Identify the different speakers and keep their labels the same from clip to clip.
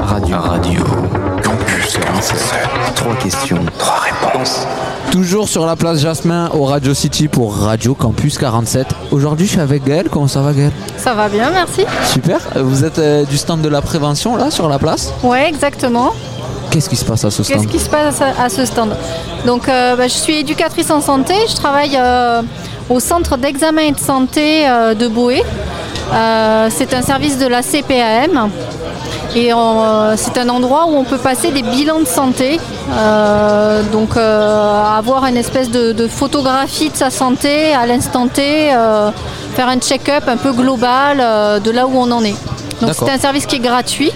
Speaker 1: Radio.
Speaker 2: Radio. Campus 47.
Speaker 1: Trois questions,
Speaker 2: Trois réponses.
Speaker 1: Toujours sur la place Jasmin au Radio City pour Radio Campus 47. Aujourd'hui, je suis avec Gaël. Comment ça va, Gaël
Speaker 3: Ça va bien, merci.
Speaker 1: Super. Vous êtes euh, du stand de la prévention là sur la place.
Speaker 3: Ouais, exactement.
Speaker 1: Qu'est-ce qui se passe à ce stand
Speaker 3: Qu'est-ce qui se passe à à ce stand Donc, euh, bah, je suis éducatrice en santé. Je travaille euh, au centre d'examen et de santé euh, de Boé. Euh, c'est un service de la CPAM. Et on, euh, c'est un endroit où on peut passer des bilans de santé, Euh, donc euh, avoir une espèce de, de photographie de sa santé à l'instant T, euh, faire un check-up un peu global euh, de là où on en est. Donc
Speaker 1: D'accord.
Speaker 3: c'est un service qui est gratuit,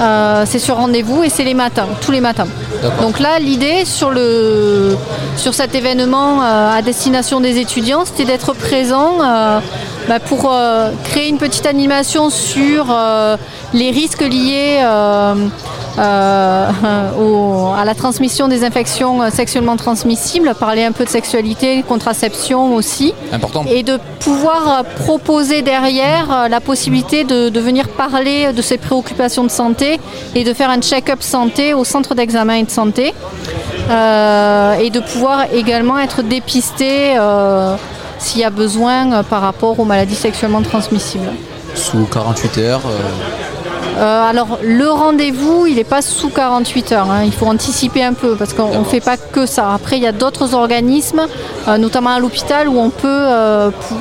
Speaker 3: euh, c'est sur rendez-vous et c'est les matins, tous les matins.
Speaker 1: D'accord.
Speaker 3: Donc là, l'idée sur, le, sur cet événement euh, à destination des étudiants, c'était d'être présent euh, bah, pour euh, créer une petite animation sur euh, les risques liés euh, euh, au- à la transmission des infections euh, sexuellement transmissibles, parler un peu de sexualité, contraception aussi
Speaker 1: Important.
Speaker 3: et de pouvoir euh, proposer derrière euh, la possibilité de, de venir parler de ses préoccupations de santé et de faire un check-up santé au centre d'examen et de santé Euh, et de pouvoir également être dépisté euh, s'il y a besoin euh, par rapport aux maladies sexuellement transmissibles.
Speaker 1: Sous 48 heures. euh,
Speaker 3: Euh, alors le rendez-vous, il n'est pas sous 48 heures. hein. Il faut anticiper un peu parce qu'on ne fait pas que ça. Après, il y a d'autres organismes, euh, notamment à l'hôpital, où on peut euh, pou-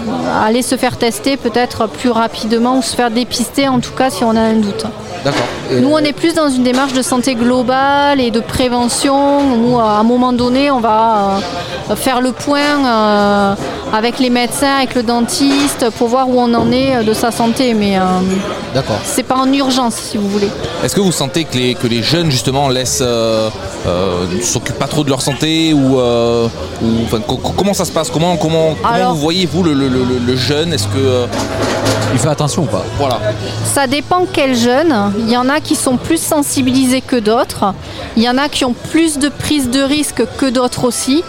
Speaker 3: aller se faire tester peut-être plus rapidement ou se faire dépister en tout cas si on a un doute.
Speaker 1: D'accord. Et-
Speaker 3: Nous, on est plus dans une démarche de santé globale et de prévention où, euh, à un moment donné, on va euh, faire le point euh, avec les médecins, avec le dentiste, pour voir où on en est euh, de sa santé. Mais euh,
Speaker 1: D'accord.
Speaker 3: c'est pas en urgence, si vous voulez.
Speaker 4: Est-ce que vous sentez que les, que les jeunes justement laissent euh, euh, ne s'occupent pas trop de leur santé ou, euh, ou, enfin, co- co- comment ça se passe Comment comment, comment
Speaker 3: Alors-
Speaker 4: vous voyez vous le, le- le- le jeune Est-ce que euh,
Speaker 1: Il fait attention ou pas
Speaker 4: voilà
Speaker 3: Ça dépend quel jeune. Il y en a qui sont plus sensibilisés que d'autres. Il y en a qui ont plus de prise de risque que d'autres aussi.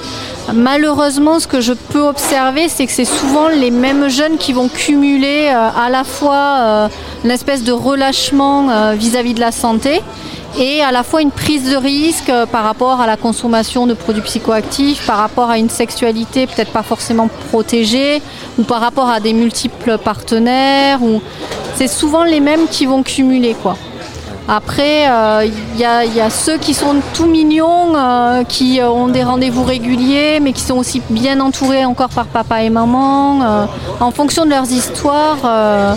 Speaker 3: Malheureusement, ce que je peux observer, c'est que c'est souvent les mêmes jeunes qui vont cumuler euh, à la fois euh, une espèce de relâchement euh, vis-à-vis de la santé et à la fois une prise de risque euh, par rapport à la consommation de produits psychoactifs, par rapport à une sexualité peut-être pas forcément protégée, ou par rapport à des multiples partenaires. Ou... C'est souvent les mêmes qui vont cumuler. quoi. Après, euh, il y, a- il y a ceux qui sont tout mignons, euh, qui euh, ont des rendez-vous réguliers, mais qui sont aussi bien entourés encore par papa et maman. euh, en fonction de leurs histoires, euh,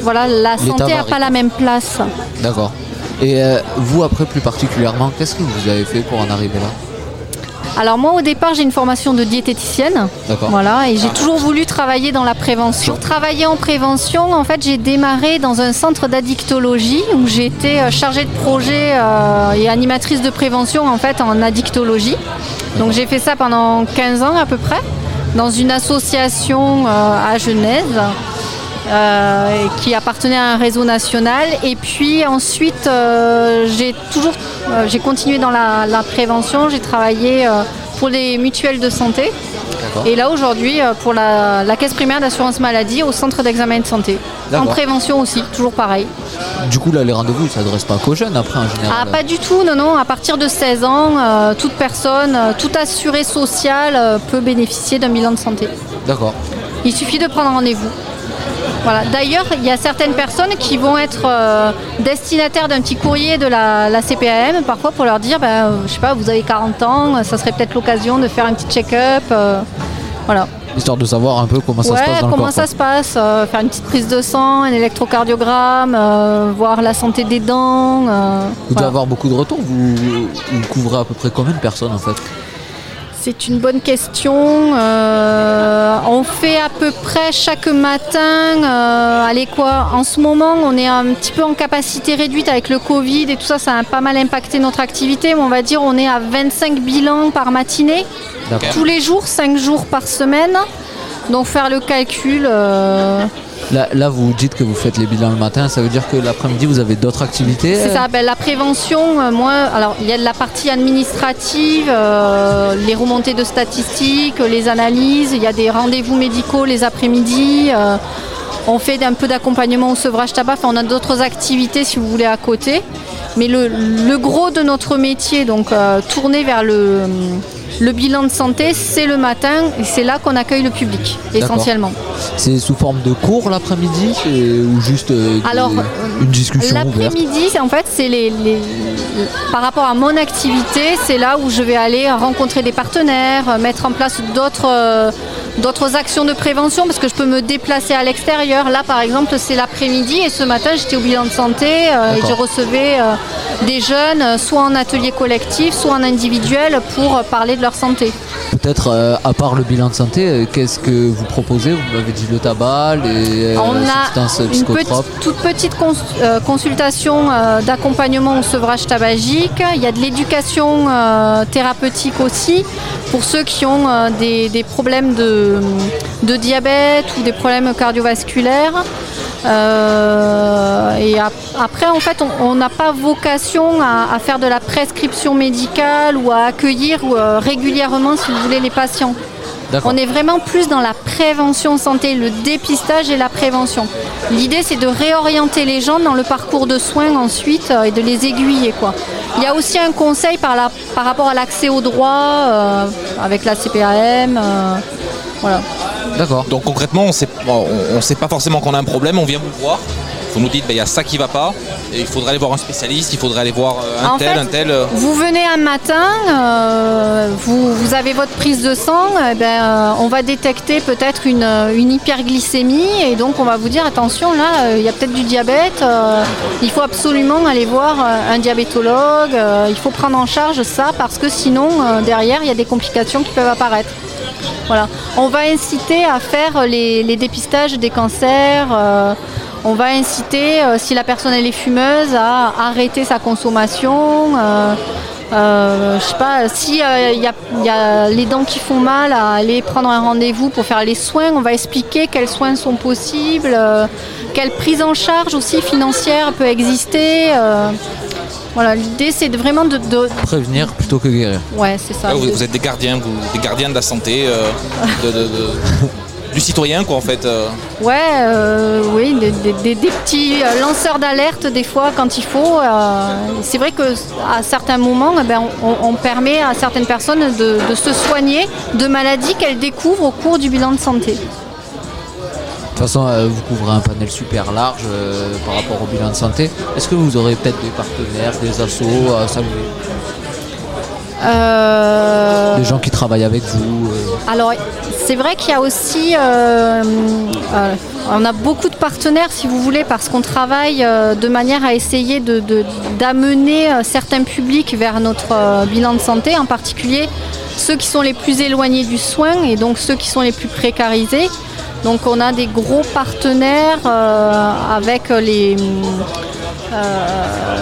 Speaker 3: voilà, la
Speaker 1: L'état
Speaker 3: santé n'a
Speaker 1: varie,
Speaker 3: pas la même place.
Speaker 1: D'accord. Et euh, vous après plus particulièrement, qu'est-ce que vous avez fait pour en arriver là
Speaker 3: Alors moi au départ j'ai une formation de diététicienne.
Speaker 1: D'accord.
Speaker 3: Voilà, et j'ai toujours voulu travailler dans la prévention. Pour travailler en prévention, en fait j'ai démarré dans un centre d'addictologie où j'ai été euh, chargée de projet euh, et animatrice de prévention en fait en addictologie. Donc j'ai fait ça pendant 15 ans à peu près dans une association euh, à Genève euh, qui appartenait à un réseau national. Et puis ensuite, euh, j'ai toujours, euh, j'ai continué dans la, la prévention. J'ai travaillé euh, pour les mutuelles de santé.
Speaker 1: D'accord.
Speaker 3: Et là aujourd'hui, euh, pour la, la caisse primaire d'assurance maladie au centre d'examen de santé. En
Speaker 1: D'accord.
Speaker 3: prévention aussi, toujours pareil.
Speaker 1: Du coup là les rendez-vous ils s'adressent pas qu'aux jeunes après en général.
Speaker 3: Ah, pas du tout, non, non. À partir de 16 ans, euh, toute personne, euh, tout assuré social euh, peut bénéficier d'un bilan de santé.
Speaker 1: D'accord.
Speaker 3: Il suffit de prendre rendez-vous. Voilà. D'ailleurs, il y a certaines personnes qui vont être euh, destinataires d'un petit courrier de la, la CPAM, parfois pour leur dire, ben, euh, je sais pas, vous avez 40 ans, euh, ça serait peut-être l'occasion de faire un petit check-up. euh, voilà.
Speaker 1: Histoire de savoir un peu comment ça
Speaker 3: ouais,
Speaker 1: se passe dans le
Speaker 3: comment
Speaker 1: corps.
Speaker 3: ça
Speaker 1: quoi.
Speaker 3: se passe euh, Faire une petite prise de sang, un électrocardiogramme, euh, voir la santé des dents. euh,
Speaker 1: Vous devez
Speaker 3: voilà.
Speaker 1: avoir beaucoup de retours, vous, vous couvrez à peu près combien de personnes en fait
Speaker 3: C'est une bonne question. Euh, on fait à peu près chaque matin, euh, allez quoi, en ce moment on est un petit peu en capacité réduite avec le Covid et tout ça, ça a pas mal impacté notre activité, mais on va dire on est à 25 bilans par matinée,
Speaker 1: D'accord.
Speaker 3: tous les jours, 5 jours par semaine. Donc faire le calcul, euh,
Speaker 1: Là, là, vous dites que vous faites les bilans le matin, ça veut dire que l'après-midi vous avez d'autres activités
Speaker 3: C'est
Speaker 1: euh,
Speaker 3: ça, ben, la prévention, euh, moi, alors il y a de la partie administrative, euh, les remontées de statistiques, les analyses, il y a des rendez-vous médicaux les après-midi, euh, on fait un peu d'accompagnement au sevrage tabac, enfin on a d'autres activités si vous voulez à côté. Mais le, le gros de notre métier, donc euh, tourné vers le, le bilan de santé, c'est le matin et c'est là qu'on accueille le public,
Speaker 1: D'accord.
Speaker 3: essentiellement.
Speaker 1: C'est sous forme de cours l'après-midi c'est- ou juste euh, des-
Speaker 3: Alors, euh,
Speaker 1: une discussion ouverte
Speaker 3: L'après-midi, c'est- en fait, c'est les, les- par rapport à mon activité, c'est là où je vais aller rencontrer des partenaires, euh, mettre en place d'autres euh, d'autres actions de prévention parce que je peux me déplacer à l'extérieur. Là, par exemple, c'est l'après-midi et ce matin, j'étais au bilan de santé euh, et
Speaker 1: D'accord.
Speaker 3: je recevais euh, des jeunes, euh, soit en atelier collectif, soit en individuel, pour euh, parler de leur santé.
Speaker 1: Peut-être euh, à part le bilan de santé, euh, qu'est-ce que vous proposez Vous m'avez dit le tabac, les euh,
Speaker 3: On
Speaker 1: substances
Speaker 3: a une
Speaker 1: psychotropes.
Speaker 3: petite- toute petite cons- euh, consultation euh, d'accompagnement au sevrage tabagique. Il y a de l'éducation euh, thérapeutique aussi pour ceux qui ont euh, des, des problèmes de, de diabète ou des problèmes cardiovasculaires. Euh, et ap- après, en fait, on- on n'a pas vocation à, à faire de la prescription médicale ou à accueillir euh, régulièrement, si vous voulez, les patients.
Speaker 1: D'accord.
Speaker 3: On est vraiment plus dans la prévention santé, le dépistage et la prévention. L'idée, c'est de réorienter les gens dans le parcours de soins ensuite euh, et de les aiguiller. Quoi. Il y a aussi un conseil par, la- par rapport à l'accès aux droits euh, avec la CPAM. euh, voilà.
Speaker 1: D'accord.
Speaker 4: Donc concrètement, on sait, on, on sait pas forcément qu'on a un problème, on vient vous voir, vous nous dites, bah, il y a ça qui va pas, et il faudrait aller voir un spécialiste, il faudrait aller voir euh, un
Speaker 3: En
Speaker 4: tel,
Speaker 3: fait,
Speaker 4: un tel. euh.
Speaker 3: Vous venez un matin, euh, vous, vous avez votre prise de sang, eh ben, euh, on va détecter peut-être une, euh, une hyperglycémie et donc on va vous dire attention là, euh, il y a peut-être du diabète, euh, il faut absolument aller voir euh, un diabétologue, euh, il faut prendre en charge ça parce que sinon euh, derrière il y a des complications qui peuvent apparaître. Voilà. On va inciter à faire les, les dépistages des cancers. euh, on va inciter, euh, si la personne elle est fumeuse, à arrêter sa consommation. euh, euh, je sais pas, si euh, il y, a- il y a les dents qui font mal, à aller prendre un rendez-vous pour faire les soins, on va expliquer quels soins sont possibles, euh, quelle prise en charge aussi financière peut exister. euh. voilà, l'idée c'est de vraiment de, de-
Speaker 1: Prévenir plutôt que guérir.
Speaker 3: ouais, c'est ça.
Speaker 4: Ouais, Ah, vous,
Speaker 3: de-
Speaker 4: vous êtes des gardiens, vous, des gardiens de la santé, euh, de- de- de- du citoyen quoi en fait. euh.
Speaker 3: Ouais, euh, oui, des, des- des- des petits euh, lanceurs d'alerte des fois quand il faut. euh, c'est vrai que à certains moments, eh ben, on, on permet à certaines personnes de, de se soigner de maladies qu'elles découvrent au cours du bilan de santé.
Speaker 1: De toute façon, euh, vous couvrez un panel super large euh, par rapport au bilan de santé. Est-ce que vous aurez peut-être des partenaires, des assos à saluer
Speaker 3: Euh,
Speaker 1: Des gens qui travaillent avec vous euh,
Speaker 3: Alors, c'est vrai qu'il y a aussi. euh, euh, on a beaucoup de partenaires, si vous voulez, parce qu'on travaille euh, de manière à essayer de- de- d'amener euh, certains publics vers notre euh, bilan de santé, en particulier ceux qui sont les plus éloignés du soin et donc ceux qui sont les plus précarisés. Donc, on a des gros partenaires euh, avec les
Speaker 5: Euh,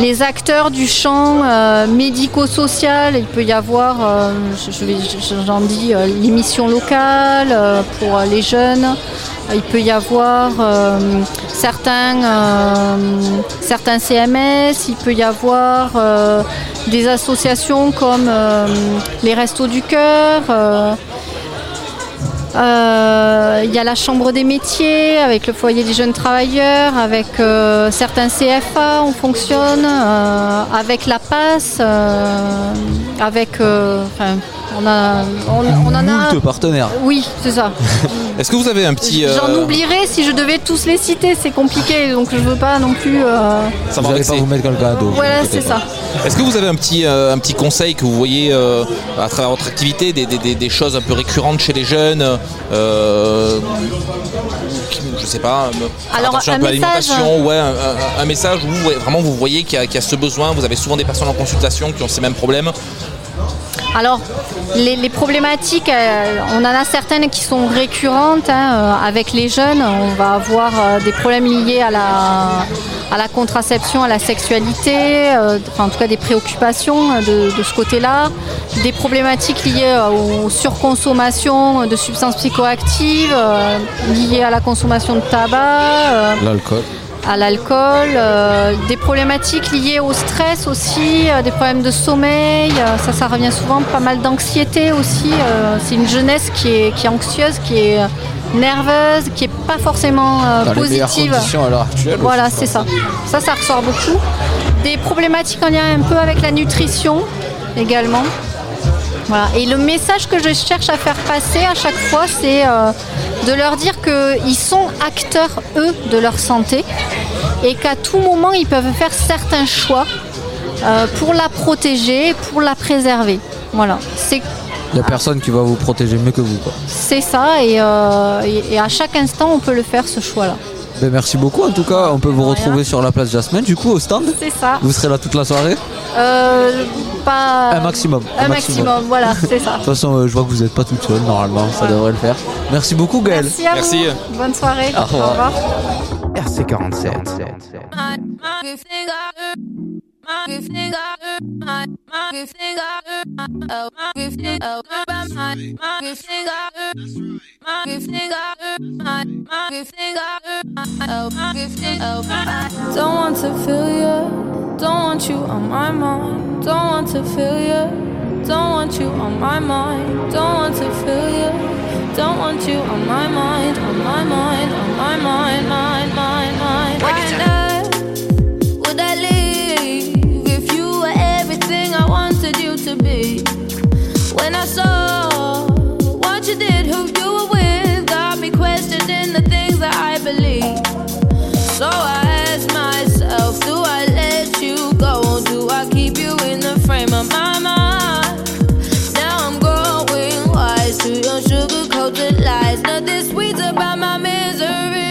Speaker 3: les acteurs du champ euh, médico-social, il peut y avoir, euh, je- je vais- je- j'en dis, euh, les missions locales euh, pour euh, les jeunes, il peut y avoir euh, certains, euh, certains CMS, il peut y avoir euh, des associations comme euh, les Restos du Cœur. euh, euh, Il y a la Chambre des métiers avec le foyer des jeunes travailleurs, avec euh, certains CFA, on fonctionne, euh, avec la PASSE, euh, avec. euh, enfin, on, a, on, on en a.
Speaker 1: moult partenaires.
Speaker 3: Oui, c'est ça.
Speaker 4: Est-ce que vous avez un petit... euh,
Speaker 3: J'en oublierai si je devais tous les citer, c'est compliqué, donc je veux pas non plus. euh,
Speaker 4: ça m'a
Speaker 1: vous n'allez
Speaker 4: vexé.
Speaker 1: pas vous mettre quelqu'un à dos.
Speaker 3: Voilà,
Speaker 1: vous inquiétez
Speaker 3: c'est
Speaker 1: pas.
Speaker 3: ça.
Speaker 4: Est-ce que vous avez un petit, euh, un petit conseil que vous voyez euh, à travers votre activité, des, des- des- des choses un peu récurrentes chez les jeunes euh, qui- Je sais pas, euh, faire
Speaker 3: Alors,
Speaker 4: attention
Speaker 3: un
Speaker 4: peu à
Speaker 3: message. euh,
Speaker 4: l'alimentation, ouais, un, un- un message où vous voyez- vraiment vous voyez qu'il y, a- qu'il y a ce besoin, vous avez souvent des personnes en consultation qui ont ces mêmes problèmes.
Speaker 3: Alors, les, les problématiques, euh, on en a certaines qui sont récurrentes hein, euh, avec les jeunes. On va avoir euh, des problèmes liés à la, à la contraception, à la sexualité, euh, enfin, en tout cas des préoccupations euh, de, de ce côté-là. Des problématiques liées euh, aux surconsommations de substances psychoactives, euh, liées à la consommation de tabac. euh,
Speaker 1: L'alcool.
Speaker 3: à l'alcool, euh, des problématiques liées au stress aussi, euh, des problèmes de sommeil, euh, ça ça revient souvent, pas mal d'anxiété aussi. euh, c'est une jeunesse qui est, qui est anxieuse, qui est, nerveuse, qui n'est pas forcément euh,
Speaker 1: Dans les meilleures
Speaker 3: positive.
Speaker 1: conditions à l'heure actuelle.
Speaker 3: Voilà,
Speaker 1: aussi, je
Speaker 3: c'est ça. Ça, ça ressort beaucoup. Des problématiques en lien un peu avec la nutrition également. Voilà. Et le message que je cherche à faire passer à chaque fois, c'est euh, de leur dire qu'ils sont acteurs, eux, de leur santé et qu'à tout moment, ils peuvent faire certains choix euh, pour la protéger, pour la préserver. Voilà, c'est
Speaker 1: pense. Il n'y a personne qui va vous protéger mieux que vous. quoi.
Speaker 3: c'est ça et, euh, et- et à chaque instant, on peut le faire, ce choix-là.
Speaker 1: Ben, merci beaucoup en tout cas. On peut vous
Speaker 3: rien.
Speaker 1: retrouver sur la place Jasmine du coup au stand.
Speaker 3: C'est ça.
Speaker 1: Vous serez là toute la soirée
Speaker 3: Euh, pas...
Speaker 1: Un maximum,
Speaker 3: Un,
Speaker 1: un
Speaker 3: maximum.
Speaker 1: maximum.
Speaker 3: voilà, c'est ça.
Speaker 1: De toute façon, euh, je vois que vous n'êtes pas toute seule normalement, ça devrait le faire. Merci beaucoup Gaël.
Speaker 3: Merci à
Speaker 4: Merci.
Speaker 3: vous. Bonne soirée.
Speaker 1: Au revoir.
Speaker 3: Au revoir.
Speaker 6: RC47.
Speaker 7: If they got hurt, if they got hurt, if they got hurt, if they got hurt, if they got hurt, if they got hurt, if they got hurt, if they Don't want to feel you, don't want you on my mind. Don't want to feel you, don't want you on my mind. Don't want to feel you, don't want you on my mind, on my mind, on my mind, mind, mind, mind. Right now. Would I leave if you were everything I wanted you to be? When I saw what you did, who you were with, got me questioning the things that I believe. So I asked myself, do I let you go? Or do I keep you in the frame of my mind? Now I'm growing wise to your sugar-coated lies. Nothing sweet about my misery.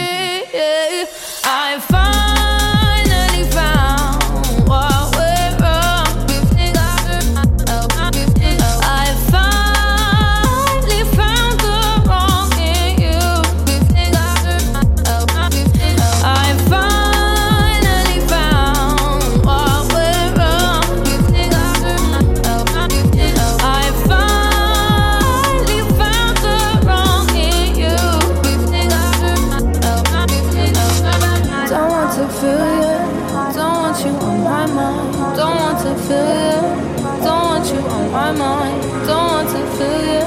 Speaker 7: I finally found what went wrong. I finally found the wrong in you. I finally found what went wrong. I finally found the wrong in you. Don't want to feel you. Don't want you on my mind. Don't want to feel you. Don't want you on my mind. Don't want to feel you.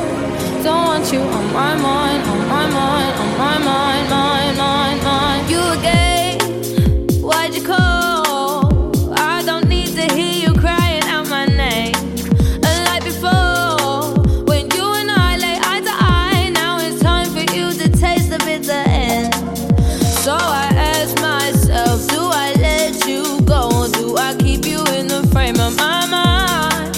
Speaker 7: Don't want you on my mind. On my mind. On my mind. Mind. Mind. Mind. You again? Why'd you call? I don't need to hear you crying out my name. Unlike before, when you and I lay eye to eye, now it's time for you to taste the bitter end. So I ask myself, do I let you go? Or do I keep you in the frame of my mind?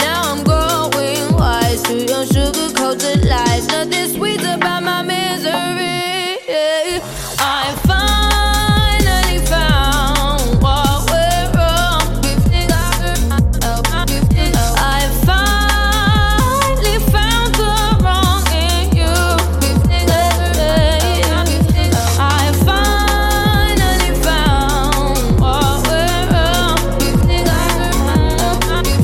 Speaker 7: Now I'm growing wise to your sugar coated lies. Nothing sweet about my misery. I finally found what went wrong. I finally found the wrong in you. I finally found what went wrong. Well, I finally found the wrong in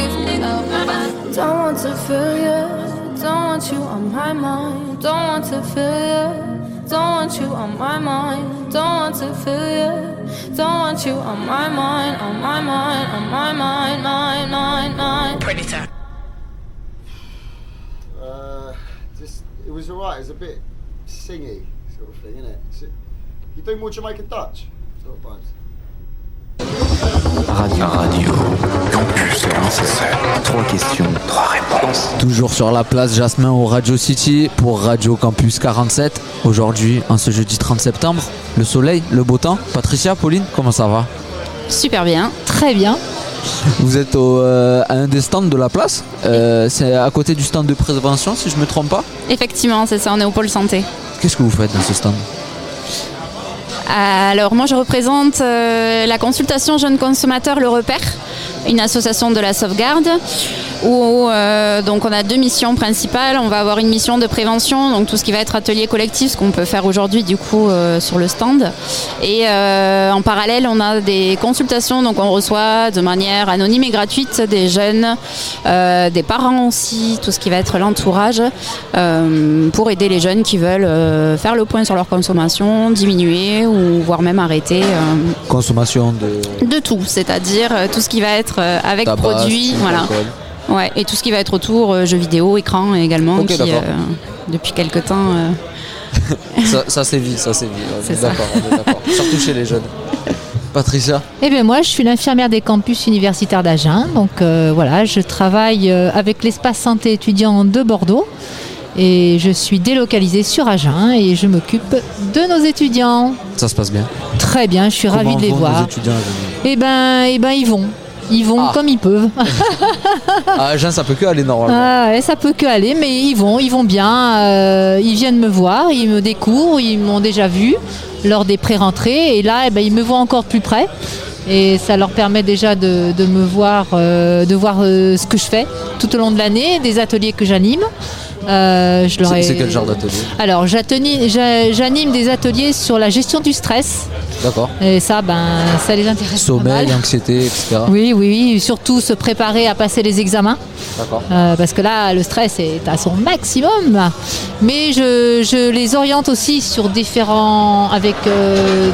Speaker 7: you. Don't want to feel you, don't want you on my mind. Don't want to feel you, don't want you on my mind. Don't want to feel you, don't want you on my mind, on my mind, on my mind, mind, mind, mind.
Speaker 8: Uh, just it was alright. It was a bit singy sort of thing, innit? It's, you do more Jamaican Dutch sort of vibes.
Speaker 6: Radio.
Speaker 2: Radio Campus 47.
Speaker 6: Trois questions.
Speaker 2: Trois réponses.
Speaker 1: Toujours sur la place Jasmin au Radio City pour Radio Campus 47. Aujourd'hui, en ce jeudi 30 septembre, le soleil, le beau temps. Patricia, Pauline, comment ça va
Speaker 5: Super bien, très bien.
Speaker 1: Vous êtes au, euh, à un des stands de la place. Euh, c'est à côté du stand de prévention, si je me trompe pas.
Speaker 5: Effectivement, c'est ça, on est au pôle santé.
Speaker 1: Qu'est-ce que vous faites dans ce stand
Speaker 5: Alors moi je représente euh, la consultation jeunes consommateurs Le Repère, une association de la sauvegarde où euh, donc on a deux missions principales. On va avoir une mission de prévention, donc tout ce qui va être atelier collectif, ce qu'on peut faire aujourd'hui du coup euh, sur le stand. Et euh, en parallèle on a des consultations, donc on reçoit de manière anonyme et gratuite des jeunes, euh, des parents aussi, tout ce qui va être l'entourage euh, pour aider les jeunes qui veulent euh, faire le point sur leur consommation, diminuer ou voire même arrêter euh,
Speaker 1: Consommation de.
Speaker 5: de tout, c'est-à-dire euh, tout ce qui va être être euh, avec
Speaker 4: Tabac,
Speaker 5: produits,
Speaker 4: stupes,
Speaker 5: voilà.
Speaker 4: alcool.
Speaker 5: Ouais, et tout ce qui va être autour, euh, jeux vidéo, écran également,
Speaker 4: Ok,
Speaker 5: qui,
Speaker 4: d'accord.
Speaker 5: euh, depuis quelques temps. euh,
Speaker 1: Ça, ça sévit, ça sévit. On
Speaker 5: C'est
Speaker 1: est
Speaker 5: ça.
Speaker 1: d'accord, on est d'accord. Surtout chez les jeunes. Patricia
Speaker 6: Eh bien moi, je suis l'infirmière des campus universitaires d'Agen. Donc euh, voilà, je travaille euh, avec l'espace santé étudiant de Bordeaux. Et je suis délocalisée sur Agen et je m'occupe de nos étudiants.
Speaker 1: Ça se passe bien.
Speaker 6: Très bien, je suis ravie
Speaker 1: Comment
Speaker 6: de les
Speaker 1: vont nos
Speaker 6: voir.
Speaker 1: étudiants
Speaker 6: Eh ben, eh ben, ils vont. Ils vont
Speaker 1: Ah.
Speaker 6: comme ils peuvent.
Speaker 1: à Agen, Ah, ça peut que aller normalement.
Speaker 6: Ah, ouais, ça peut que aller, mais ils vont, ils vont bien. euh, ils viennent me voir, ils me découvrent, ils m'ont déjà vu lors des pré-rentrées. Et là, eh ben, ils me voient encore de plus près. Et ça leur permet déjà de, de me voir, euh, de voir euh, ce que je fais tout au long de l'année, des ateliers que j'anime. Euh, je leur
Speaker 1: C'est-
Speaker 6: ai-
Speaker 1: C'est quel genre d'atelier
Speaker 6: Alors, j'atteni- j'a- j'anime des ateliers sur la gestion du stress.
Speaker 1: D'accord.
Speaker 6: Et ça, ben, ça les intéresse. Ah. pas mal.
Speaker 1: Sommeil, anxiété, etc.
Speaker 6: Oui, oui, oui. Surtout se préparer à passer les examens.
Speaker 1: D'accord.
Speaker 6: Euh, parce que là, le stress est à son maximum. là. Mais je, je les oriente aussi sur différents, avec euh,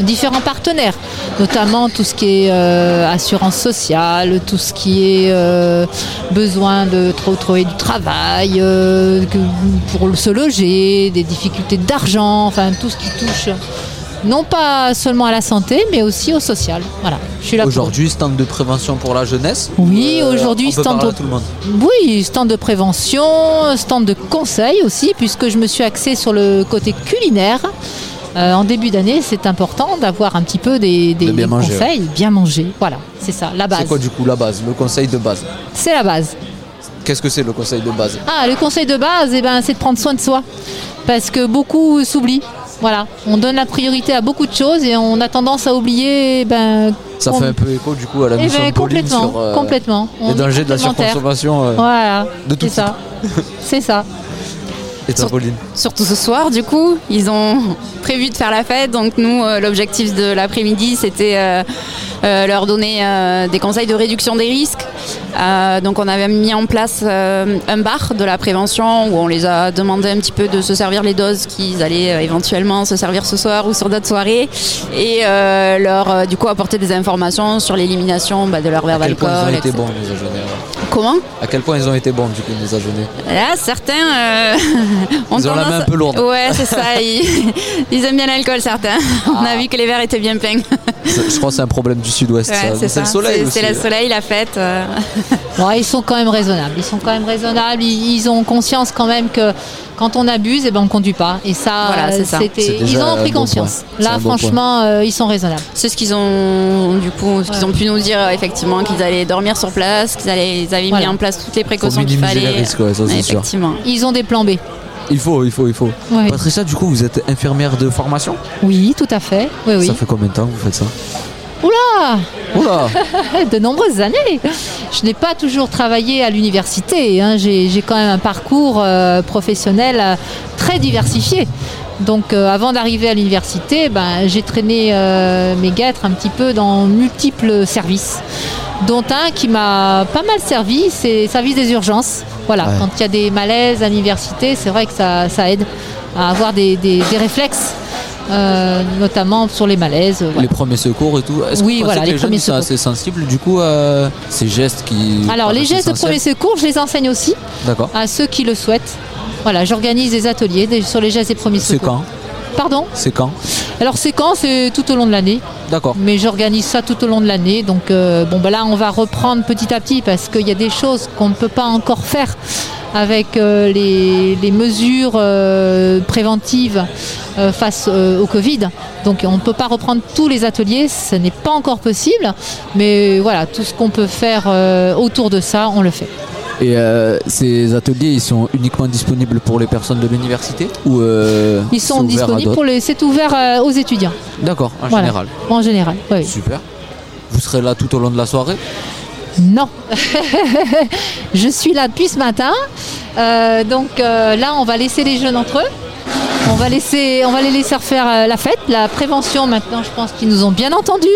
Speaker 6: différents partenaires, notamment tout ce qui est euh, assurance sociale, tout ce qui est euh, besoin de tr- trouver du travail, euh, que- pour se loger, des difficultés d'argent, enfin tout ce qui touche. Non pas seulement à la santé, mais aussi au social. Voilà, je suis là pour-
Speaker 1: Aujourd'hui, stand de prévention pour la jeunesse Euh,
Speaker 6: Oui, aujourd'hui,
Speaker 1: on peut
Speaker 6: stand
Speaker 1: parler à
Speaker 6: de-
Speaker 1: tout le monde.
Speaker 6: Oui, stand de prévention, stand de conseil aussi, puisque je me suis axée sur le côté culinaire. Euh, en début d'année, c'est important d'avoir un petit peu des, des-
Speaker 1: De bien
Speaker 6: des
Speaker 1: manger,
Speaker 6: conseils, bien manger. Voilà, c'est ça, la base.
Speaker 1: C'est quoi du coup la base Le conseil de base
Speaker 6: C'est la base.
Speaker 1: Qu'est-ce que c'est le conseil de base
Speaker 6: Ah, le conseil de base, eh ben, c'est de prendre soin de soi, parce que beaucoup s'oublient. Voilà, on donne la priorité à beaucoup de choses et on a tendance à oublier. eh Ben,
Speaker 1: Ça
Speaker 6: com-
Speaker 1: fait un peu écho du coup à la
Speaker 6: eh
Speaker 1: mission
Speaker 6: ben,
Speaker 1: de Pauline
Speaker 6: complètement,
Speaker 1: sur euh,
Speaker 6: complètement. On
Speaker 1: les
Speaker 6: est
Speaker 1: dangers de la
Speaker 6: complémentaires.
Speaker 1: surconsommation euh,
Speaker 6: Voilà,
Speaker 1: de tout
Speaker 6: Ah, c'est ça. C'est ça.
Speaker 1: et toi,
Speaker 5: Sur-
Speaker 1: Pauline.
Speaker 5: Surtout ce soir, du coup, ils ont prévu de faire la fête. Donc nous, euh, l'objectif de l'après-midi, c'était euh, euh, leur donner euh, des conseils de réduction des risques. Euh, donc on avait mis en place euh, un bar de la prévention où on les a demandé un petit peu de se servir les doses qu'ils allaient euh, éventuellement se servir ce soir ou sur d'autres soirées et euh, leur euh, du coup apporter des informations sur l'élimination bah, de leur verre
Speaker 1: à quel point ils ont
Speaker 5: d'alcool.
Speaker 1: été
Speaker 5: etc.
Speaker 1: bons nos ajournés ouais.
Speaker 6: Hein
Speaker 5: Comment
Speaker 1: À quel point ils ont été bons du coup nos ajournés
Speaker 5: Là, certains euh, ont
Speaker 1: Ils ont la
Speaker 5: tendance-
Speaker 1: main un peu lourde.
Speaker 5: Ouais, c'est ça. Ils, ils aiment bien l'alcool, certains. On
Speaker 1: Ah.
Speaker 5: a vu que les verres étaient bien peints.
Speaker 1: C'est- Je crois que c'est un problème du sud-ouest.
Speaker 5: Ouais,
Speaker 1: ça. c'est
Speaker 5: c'est ça.
Speaker 1: le soleil
Speaker 5: C'est-
Speaker 1: aussi. hein.
Speaker 5: C'est le soleil, la fête. euh.
Speaker 6: Bon, ils sont quand même raisonnables. Ils sont quand même raisonnables. Ils, ils ont conscience quand même que quand on abuse, eh ben on conduit pas. Et ça,
Speaker 5: Voilà,
Speaker 6: euh,
Speaker 5: c'est ça.
Speaker 6: c'était-
Speaker 1: C'est déjà
Speaker 6: ils en
Speaker 1: un
Speaker 6: ont pris
Speaker 1: bon
Speaker 6: conscience.
Speaker 1: point. C'est
Speaker 6: Là,
Speaker 1: un bon
Speaker 6: franchement, euh, ils sont raisonnables.
Speaker 5: C'est ce qu'ils ont du coup, ce qu'ils ont pu nous dire euh, effectivement, qu'ils allaient dormir sur place, qu'ils allaient, ils avaient mis
Speaker 6: Voilà.
Speaker 5: en place toutes les
Speaker 1: Faut
Speaker 5: précautions qu'il
Speaker 1: minimiser les
Speaker 5: fallait.
Speaker 1: risques, ouais, ça c'est sûr.
Speaker 5: effectivement.
Speaker 6: Ils ont des plans B.
Speaker 1: Il faut, il faut, il faut.
Speaker 6: Ouais.
Speaker 1: Patricia, du coup, vous êtes infirmière de formation
Speaker 6: Oui, tout à fait. Oui, oui.
Speaker 1: Ça fait combien de temps que vous faites ça
Speaker 6: Oula
Speaker 1: Oula
Speaker 6: de nombreuses années. Je n'ai pas toujours travaillé à l'université. hein. J'ai j'ai quand même un parcours euh, professionnel euh, très diversifié. Donc euh, avant d'arriver à l'université, ben, j'ai traîné euh, mes guêtres un petit peu dans multiples services dont un qui m'a pas mal servi, c'est le service des urgences. Voilà,
Speaker 1: Ouais.
Speaker 6: quand il y a des malaises à l'université, c'est vrai que ça, ça aide à avoir des, des- des réflexes, euh, notamment sur les malaises. voilà.
Speaker 1: Les premiers secours et tout. Est-ce que vous
Speaker 6: Oui,
Speaker 1: pensez
Speaker 6: voilà,
Speaker 1: que
Speaker 6: les
Speaker 1: les, jeunes
Speaker 6: premiers
Speaker 1: sont
Speaker 6: secours.
Speaker 1: assez sensibles du coup à ces gestes qui.
Speaker 6: Alors les
Speaker 1: paraissent
Speaker 6: gestes de
Speaker 1: essentiels
Speaker 6: premier secours, je les enseigne aussi.
Speaker 1: D'accord.
Speaker 6: à ceux qui le souhaitent. Voilà, j'organise des ateliers des- sur les gestes des premiers
Speaker 1: C'est
Speaker 6: secours.
Speaker 1: quand
Speaker 6: Pardon
Speaker 1: C'est quand
Speaker 6: Alors c'est quand C'est tout au long de l'année.
Speaker 1: D'accord.
Speaker 6: Mais j'organise ça tout au long de l'année. Donc euh, bon, bah là, on va reprendre petit à petit parce qu'il y a des choses qu'on ne peut pas encore faire avec euh, les, les mesures euh, préventives euh, face euh, au Covid. Donc on ne peut pas reprendre tous les ateliers, ce n'est pas encore possible. Mais voilà, tout ce qu'on peut faire euh, autour de ça, on le fait.
Speaker 1: Et euh, ces ateliers, ils sont uniquement disponibles pour les personnes de l'université ou euh,
Speaker 6: Ils sont
Speaker 1: c'est ouvert à
Speaker 6: disponibles
Speaker 1: d'autres
Speaker 6: pour les. C'est ouvert euh, aux étudiants.
Speaker 1: D'accord, en
Speaker 6: Voilà.
Speaker 1: général.
Speaker 6: En général, oui.
Speaker 1: Super. Vous serez là tout au long de la soirée
Speaker 6: Non. je suis là depuis ce matin. Euh, donc euh, là, on va laisser les jeunes entre eux. On va, laisser, euh, on va les laisser faire la fête. La prévention, maintenant, je pense qu'ils nous ont bien entendus.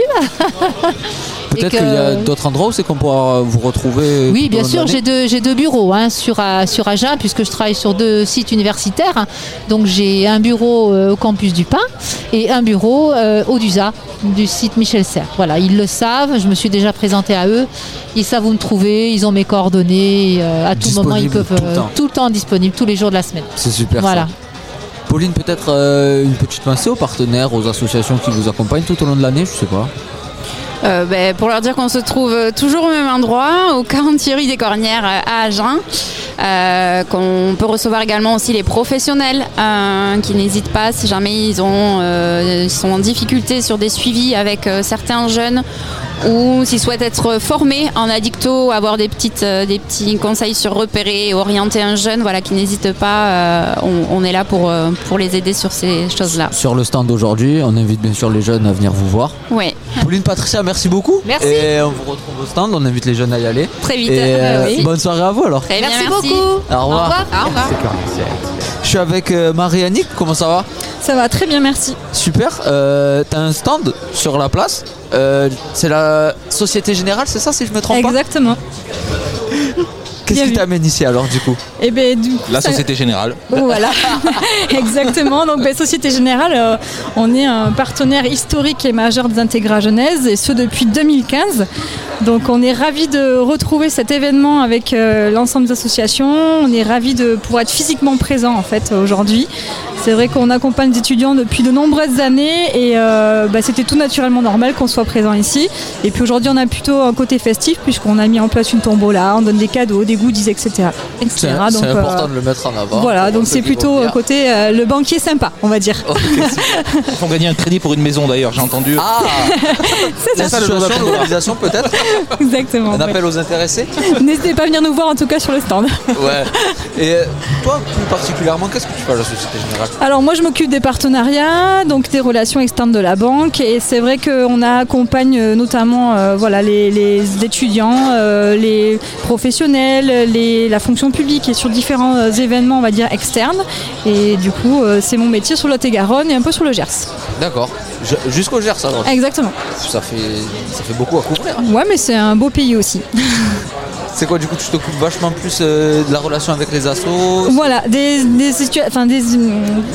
Speaker 1: peut-être
Speaker 6: que-
Speaker 1: qu'il y a d'autres endroits où c'est qu'on pourra vous retrouver.
Speaker 6: Oui,
Speaker 1: tout au
Speaker 6: bien
Speaker 1: long de
Speaker 6: sûr,
Speaker 1: l'année.
Speaker 6: j'ai deux, j'ai deux bureaux hein, sur, euh, sur Agen, puisque je travaille sur deux sites universitaires. hein. Donc j'ai un bureau euh, au campus du Pin et un bureau euh, au DUSA, du site Michel Serres. Voilà, ils le savent, je me suis déjà présentée à eux, ils savent où me trouver, ils ont mes coordonnées, euh, à tout moment ils
Speaker 1: Disponible
Speaker 6: peuvent... euh,
Speaker 1: tout le temps.
Speaker 6: tout le temps disponible, tous les jours de la semaine.
Speaker 1: C'est super.
Speaker 6: Voilà.
Speaker 1: ça. Pauline, peut-être euh, une petite pensée aux partenaires, aux associations qui vous accompagnent tout au long de l'année, je sais pas.
Speaker 5: Euh, ben, pour leur dire qu'on se trouve euh, toujours au même endroit, au 40 rue des Cornières euh, à Agen, euh, qu'on peut recevoir également aussi les professionnels euh, qui n'hésitent pas si jamais ils, ont, euh, ils sont en difficulté sur des suivis avec euh, certains jeunes ou s'ils souhaitent être formés en addicto, avoir des, petites, euh, des petits conseils sur repérer et orienter un jeune, voilà, qui n'hésite pas, euh, on, on est là pour, euh, pour les aider sur ces choses-là.
Speaker 1: Sur le stand d'aujourd'hui, on invite bien sûr les jeunes à venir vous voir.
Speaker 5: Oui,
Speaker 1: Pauline, Patricia, merci beaucoup.
Speaker 6: Merci.
Speaker 1: Et on vous retrouve au stand, on invite les jeunes à y aller.
Speaker 5: très vite.
Speaker 1: Et euh,
Speaker 5: Oui.
Speaker 1: bonne soirée à vous alors.
Speaker 5: Très bien,
Speaker 6: Merci beaucoup.
Speaker 1: Au revoir.
Speaker 5: Au revoir.
Speaker 1: Je suis avec euh, Marie-Annick, comment ça va
Speaker 9: Ça va très bien, merci.
Speaker 1: Super, euh, t'as un stand sur la place. Euh, c'est la Société Générale, c'est ça si je me trompe
Speaker 9: Exactement.
Speaker 1: pas Qu'est-ce
Speaker 9: bien
Speaker 1: qui
Speaker 9: vu.
Speaker 1: t'amène ici alors du coup
Speaker 9: Et ben du coup,
Speaker 4: La
Speaker 9: ça-
Speaker 4: Société Générale.
Speaker 9: Bon, voilà, exactement. Donc, ben, Société Générale, euh, on est un partenaire historique et majeur des Intégra Genèse, et ce depuis 2015. Donc, on est ravis de retrouver cet événement avec euh, l'ensemble des associations. On est ravis de pouvoir être physiquement présent en fait aujourd'hui. C'est vrai qu'on accompagne des étudiants depuis de nombreuses années, et euh, ben, c'était tout naturellement normal qu'on soit présent ici. Et puis aujourd'hui, on a plutôt un côté festif puisqu'on a mis en place une tombola, on donne des cadeaux, des goodies, etc. etc.
Speaker 1: C'est
Speaker 9: Donc,
Speaker 1: c'est
Speaker 9: euh,
Speaker 1: important de le mettre en avant.
Speaker 9: voilà,
Speaker 1: pour
Speaker 9: donc
Speaker 1: ceux
Speaker 9: c'est
Speaker 1: qui vont
Speaker 9: plutôt
Speaker 1: venir.
Speaker 9: euh, côté euh, le banquier sympa, on va dire.
Speaker 1: Ok, super.
Speaker 4: Ils font gagner un crédit pour une maison d'ailleurs, j'ai entendu.
Speaker 1: Ah
Speaker 4: C'est ça, le nom de la
Speaker 1: L'association,
Speaker 4: promo.
Speaker 1: l'organisation peut-être
Speaker 9: Exactement.
Speaker 1: Un
Speaker 9: ouais.
Speaker 1: appel aux intéressés
Speaker 9: N'hésitez pas à venir nous voir en tout cas sur le stand.
Speaker 1: Ouais. Et euh, toi plus particulièrement, qu'est-ce que tu fais à la Société Générale
Speaker 9: Alors moi je m'occupe des partenariats, donc des relations externes de la banque et c'est vrai qu'on accompagne euh, notamment euh, voilà, les, les étudiants, euh, les professionnels, les- la fonction publique et sur différents euh, événements on va dire externes et du coup euh, c'est mon métier sur le Lot-et-Garonne et un peu sur le Gers.
Speaker 1: D'accord. Je- Jusqu'au Gers, ça, donc.
Speaker 9: Exactement.
Speaker 1: ça fait ça fait beaucoup à couvrir.
Speaker 9: Ouais mais c'est un beau pays aussi.
Speaker 1: C'est quoi du coup tu t'occupes vachement plus euh, de la relation avec les assos
Speaker 9: Voilà, des, des, situa- enfin, des,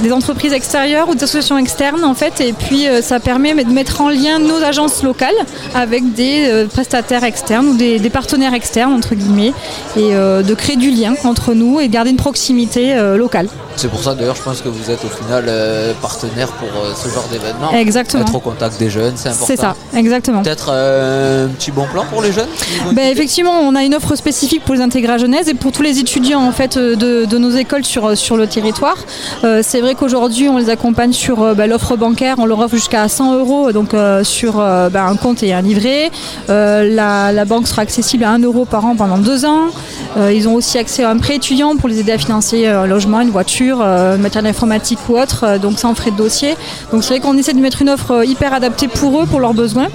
Speaker 9: des entreprises extérieures ou des associations externes en fait, et puis euh, ça permet de mettre en lien nos agences locales avec des euh, prestataires externes ou des, des partenaires externes entre guillemets, et euh, de créer du lien entre nous et de garder une proximité euh, locale.
Speaker 1: C'est pour ça d'ailleurs je pense que vous êtes au final euh, partenaire pour euh, ce genre d'événement.
Speaker 9: Exactement.
Speaker 1: Être au contact des jeunes, c'est important.
Speaker 9: C'est ça, exactement.
Speaker 1: Peut-être euh, un petit bon plan pour les jeunes qui vont
Speaker 9: Ben,
Speaker 1: étudier
Speaker 9: effectivement, on a une offre spécifique pour les intégrats genèse et pour tous les étudiants en fait euh, de, de nos écoles sur, euh, sur le territoire. Euh, c'est vrai qu'aujourd'hui, on les accompagne sur euh, ben, l'offre bancaire. On leur offre jusqu'à 100 euros donc euh, sur euh, ben, un compte et un livret. Euh, la, la banque sera accessible à 1 euro par an pendant deux ans. Euh, ils ont aussi accès à un prêt étudiant pour les aider à financer euh, un logement, une voiture, euh, une matériel informatique ou autre. Euh, donc ça en frais de dossier. Donc c'est vrai qu'on essaie de mettre une offre euh, hyper adaptée pour eux, pour leurs besoins.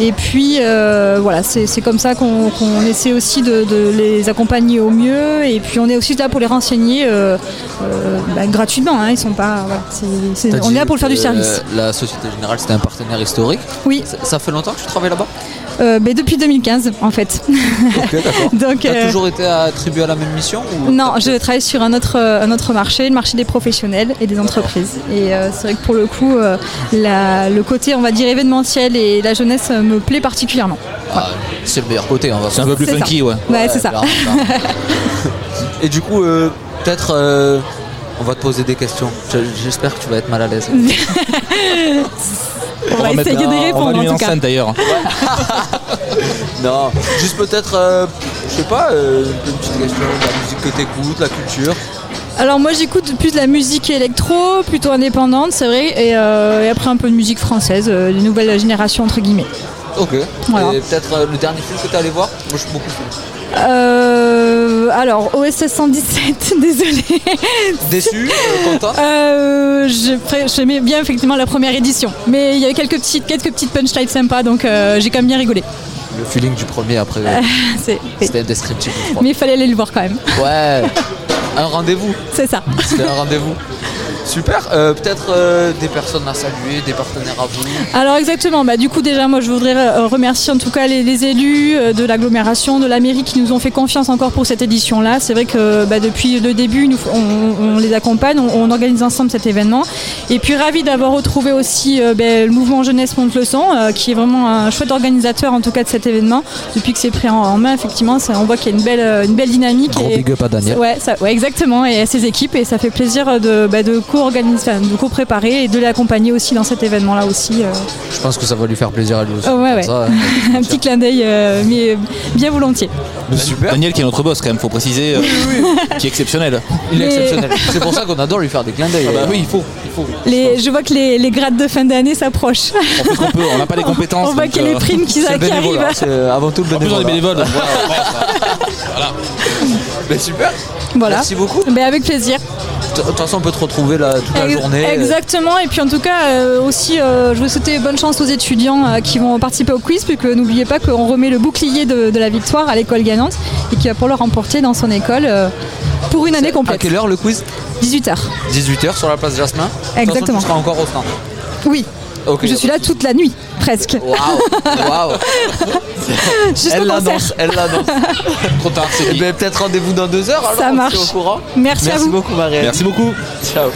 Speaker 9: Et puis euh, voilà, c'est c'est comme ça qu'on qu'on essaie aussi de, de les accompagner au mieux. Et puis on est aussi là pour les renseigner euh, euh, bah, gratuitement. hein. ils sont pas. voilà, c'est- c'est-
Speaker 1: T'as
Speaker 9: on est
Speaker 1: dit
Speaker 9: là pour le faire du
Speaker 1: que,
Speaker 9: service.
Speaker 1: euh, la Société Générale, c'était un partenaire historique.
Speaker 9: Oui,
Speaker 1: Ça, ça fait longtemps que tu travailles là-bas
Speaker 9: euh, mais depuis 2015 en fait.
Speaker 1: Ok, d'accord.
Speaker 9: Donc.
Speaker 1: T'as
Speaker 9: euh,
Speaker 1: toujours été attribué à la même mission ou
Speaker 9: Non,
Speaker 1: t'as
Speaker 9: je travaille sur un autre, euh, un autre marché, le marché des professionnels et des entreprises. Et euh, c'est vrai que pour le coup, euh, la- le côté, on va dire, événementiel et la jeunesse euh, me plaît particulièrement.
Speaker 1: Ah, c'est le meilleur côté, on va
Speaker 4: C'est un peu plus
Speaker 9: C'est
Speaker 4: funky, ouais.
Speaker 9: Ouais, c'est ça.
Speaker 1: clairement, clairement. Et du coup, euh, peut-être euh, on va te poser des questions. Je- J'espère que tu vas être mal à l'aise.
Speaker 9: On va
Speaker 4: mettre
Speaker 9: essayer
Speaker 4: un-
Speaker 9: de
Speaker 4: on va
Speaker 9: répondre
Speaker 4: lui mettre
Speaker 9: en tout
Speaker 4: en
Speaker 9: cas.
Speaker 4: scène d'ailleurs.
Speaker 1: non, juste peut-être, euh, je sais pas, euh, une petite question de la musique que t'écoutes, la culture.
Speaker 9: Alors moi j'écoute plus de la musique électro, plutôt indépendante, c'est vrai, et, euh, et après un peu de musique française, euh, de nouvelle génération entre guillemets.
Speaker 1: Ok.
Speaker 9: Voilà.
Speaker 1: Et peut-être euh, le dernier film que t'es allé voir. Moi, je suis beaucoup plus
Speaker 9: Euh, alors OSS 117, désolé.
Speaker 1: déçu, euh, content.
Speaker 9: Euh, je pré- J'aimais bien effectivement la première édition, mais il y avait quelques petites, quelques petites punchlines sympas, donc euh, j'ai quand même bien rigolé.
Speaker 1: Le feeling du premier après, euh,
Speaker 9: C'est-
Speaker 1: c'était descriptif. je crois.
Speaker 9: Mais il fallait aller le voir quand même,
Speaker 1: Ouais. Un rendez-vous.
Speaker 9: c'est ça.
Speaker 1: C'était un rendez-vous. Super. Euh, Peut-être euh, des personnes à saluer, des partenaires à vous.
Speaker 9: Alors exactement, bah, du coup déjà moi je voudrais euh, remercier en tout cas les, les élus euh, de l'agglomération, de la mairie qui nous ont fait confiance encore pour cette édition-là. C'est vrai que bah, depuis le début nous- on, on les accompagne, on, on organise ensemble cet événement. Et puis ravi d'avoir retrouvé aussi euh, bah, le mouvement Jeunesse Monte-le-Son euh, qui est vraiment un chouette organisateur en tout cas de cet événement. Depuis que c'est pris en, en main effectivement, ça- on voit qu'il y a une belle, euh, une belle dynamique.
Speaker 1: Gros
Speaker 9: et-
Speaker 1: big up à Daniel.
Speaker 9: Ouais, ça- ouais, exactement, et à ses équipes, et ça fait plaisir de, bah, de co-organiser, enfin, de co-préparer et de l'accompagner aussi dans cet événement-là aussi. euh.
Speaker 1: Je pense que ça va lui faire plaisir à lui aussi.
Speaker 9: Oh, ouais,
Speaker 1: Comme
Speaker 9: ouais.
Speaker 1: ça, euh,
Speaker 9: Un petit clin d'œil, euh, mais euh, bien volontiers.
Speaker 1: Super.
Speaker 4: Euh, Daniel qui est notre boss quand même, faut préciser, euh, qui est exceptionnel. Ah bah
Speaker 1: Il est
Speaker 9: Mais-
Speaker 1: exceptionnel. C'est pour ça qu'on adore lui faire des clins d'œil.
Speaker 4: oui, il faut, il faut.
Speaker 9: Les, je vois que les, les grades de fin d'année s'approchent.
Speaker 4: On fait ce qu'on peut, on n'a pas les compétences.
Speaker 9: On voit
Speaker 4: donc,
Speaker 9: qu'il y a les
Speaker 4: euh,
Speaker 9: primes qui,
Speaker 1: C'est le
Speaker 9: qui
Speaker 1: bénévolat,
Speaker 9: arrivent.
Speaker 1: c'est, euh, avant tout le
Speaker 4: En plus on est
Speaker 1: bénévolat.
Speaker 4: bénévole. donc voilà.
Speaker 1: hein. Mais super.
Speaker 9: Voilà.
Speaker 1: Merci beaucoup.
Speaker 9: Ben, avec plaisir.
Speaker 1: De toute façon, on peut te retrouver là toute la
Speaker 9: Ex-
Speaker 1: journée. euh.
Speaker 9: Exactement. Et puis en tout cas, euh, aussi, euh, je vous souhaiter bonne chance aux étudiants euh, qui vont participer au quiz, puisque n'oubliez pas qu'on remet le bouclier de, de la victoire à l'école gagnante et qui va pouvoir le remporter dans son école euh, pour une année
Speaker 1: À
Speaker 9: complète.
Speaker 1: quelle heure le quiz
Speaker 9: 18h.
Speaker 1: 18h sur la place Jasmin.
Speaker 9: Exactement.
Speaker 1: De toute façon, tu seras encore au stand.
Speaker 9: Oui.
Speaker 1: Ok.
Speaker 9: Je suis là toute la nuit, presque.
Speaker 1: Waouh, waouh.
Speaker 9: Jusqu'au
Speaker 1: Elle
Speaker 9: concert.
Speaker 1: l'annonce, elle l'annonce.
Speaker 4: Trop tard, c'est
Speaker 1: Et
Speaker 4: dit.
Speaker 1: bien peut-être rendez-vous dans deux heures. Alors,
Speaker 9: Ça
Speaker 1: on se
Speaker 9: marche.
Speaker 1: tient au courant.
Speaker 9: Merci, à vous.
Speaker 1: beaucoup, Marielle.
Speaker 4: Merci beaucoup.
Speaker 1: Ciao.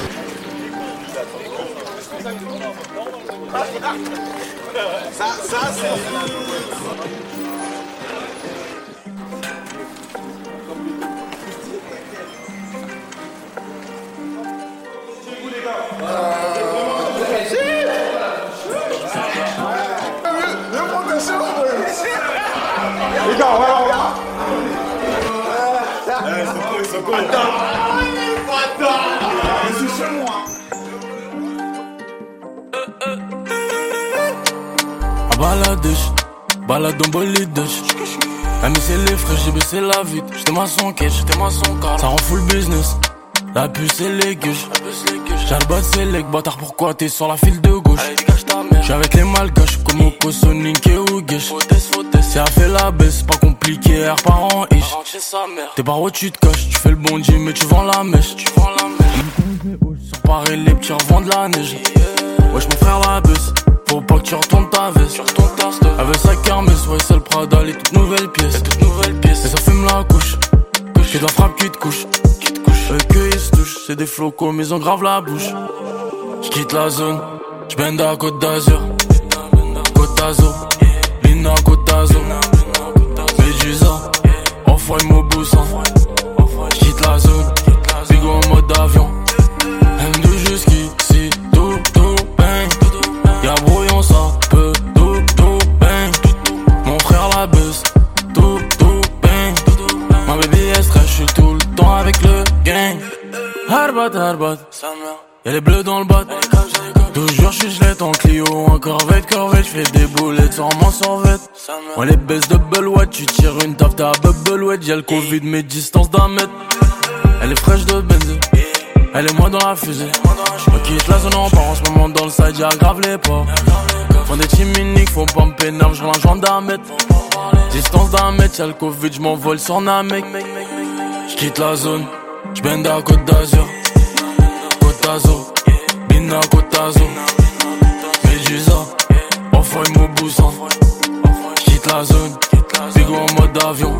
Speaker 10: Baladouche, Ah, balade en bolidouche. Ami, c'est les frais, j'ai baissé la vite. J'étais ma son cash, j'étais ma son car. Ça rend full business. La puce et les gueuches. J'albat c'est les bâtard, pourquoi t'es sur la file de gauche? J'suis avec les malgaches, comme au Kosonik et au guiche. Si elle fait la baisse, pas compliqué, elle repart en ish. T'es par où tu te coches, tu fais le bondi, mais tu vends la mèche. Mm. Tu vends la mèche. Sur Paris, les petits revendent de la neige. Wesh mon frère la bus Faut pas que tu retournes ta veste Sur ton Avec sa kermesse Ouais c'est le Prada Les toutes nouvelles pièces Les toutes nouvelles pièces Et ça fume la couche Que de la frappe qui te couche Qui te couche Eux que ils se touchent C'est des flocons mais ils ont grave la bouche J'quitte la zone J'bende à Côte d'Azur Côte d'Azur Lina Côte d'Azur Médusa Enfoiré Mauboussin J'quitte la zone Bigo en mode avion M2 jusqu'ici, tout, tout, bang. Y'a brouillon, ça peut, tout, tout, bang. Mon frère la baisse, tout, tout, bang. Ma baby est stress, j'suis tout le temps avec le gang. Harbat, harbat, y'a les bleus dans le bat. Toujours j'suis gelette en Clio, en Corvette, Corvette, j'fais des boulettes sans mon sorvette. On les baisse de belouette, tu tires une taf, t'as belouette, y'a le Covid, mais distance d'un mètre. Elle est fraîche de Benz, elle est moins dans la fusée. Je quitte la zone en part en ce moment dans le side, j'aggrave les pas. Font des timiniques, font pas me pénal, je rejoins d'un mètre. Distance d'un mètre, y'a le Covid, je m'envole sur un mec. Je quitte la zone, je bende à Côte d'Azur. Côte d'Azur, Bina Côte d'Azur. Médusa, enfoiré Mauboussin. Je quitte la zone, Bigo en mode avion.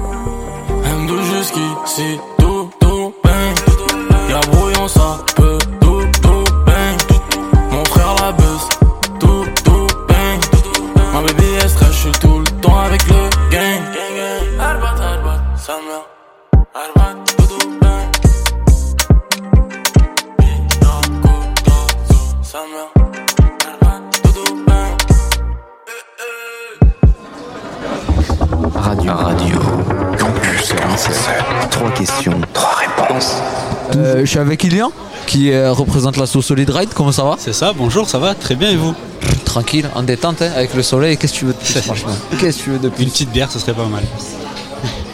Speaker 10: M2 jusqu'ici, tout, tout, bang. Y'a brouillon, ça peut, tout, tout, bang. Mon frère la baisse, tout, tout, bang. Ma baby est stress, j'suis tout le temps avec le gang. Arbat, arbat, sa mère. Arbat, doudou, bang. Bina, kotazo, sa mère. Arbat, doudou, bang.
Speaker 2: Radio. Radio. Campus 47. Trois questions, trois réponses.
Speaker 1: Euh, je suis avec Ilian qui euh, représente l'assaut Solid Ride. Comment ça va
Speaker 11: C'est ça, bonjour, ça va Très bien et vous
Speaker 1: Tranquille, en détente, hein, avec le soleil. Qu'est-ce que tu veux de plus, franchement Qu'est-ce que tu veux de
Speaker 11: Une
Speaker 1: plus
Speaker 11: petite bière, ce serait pas mal.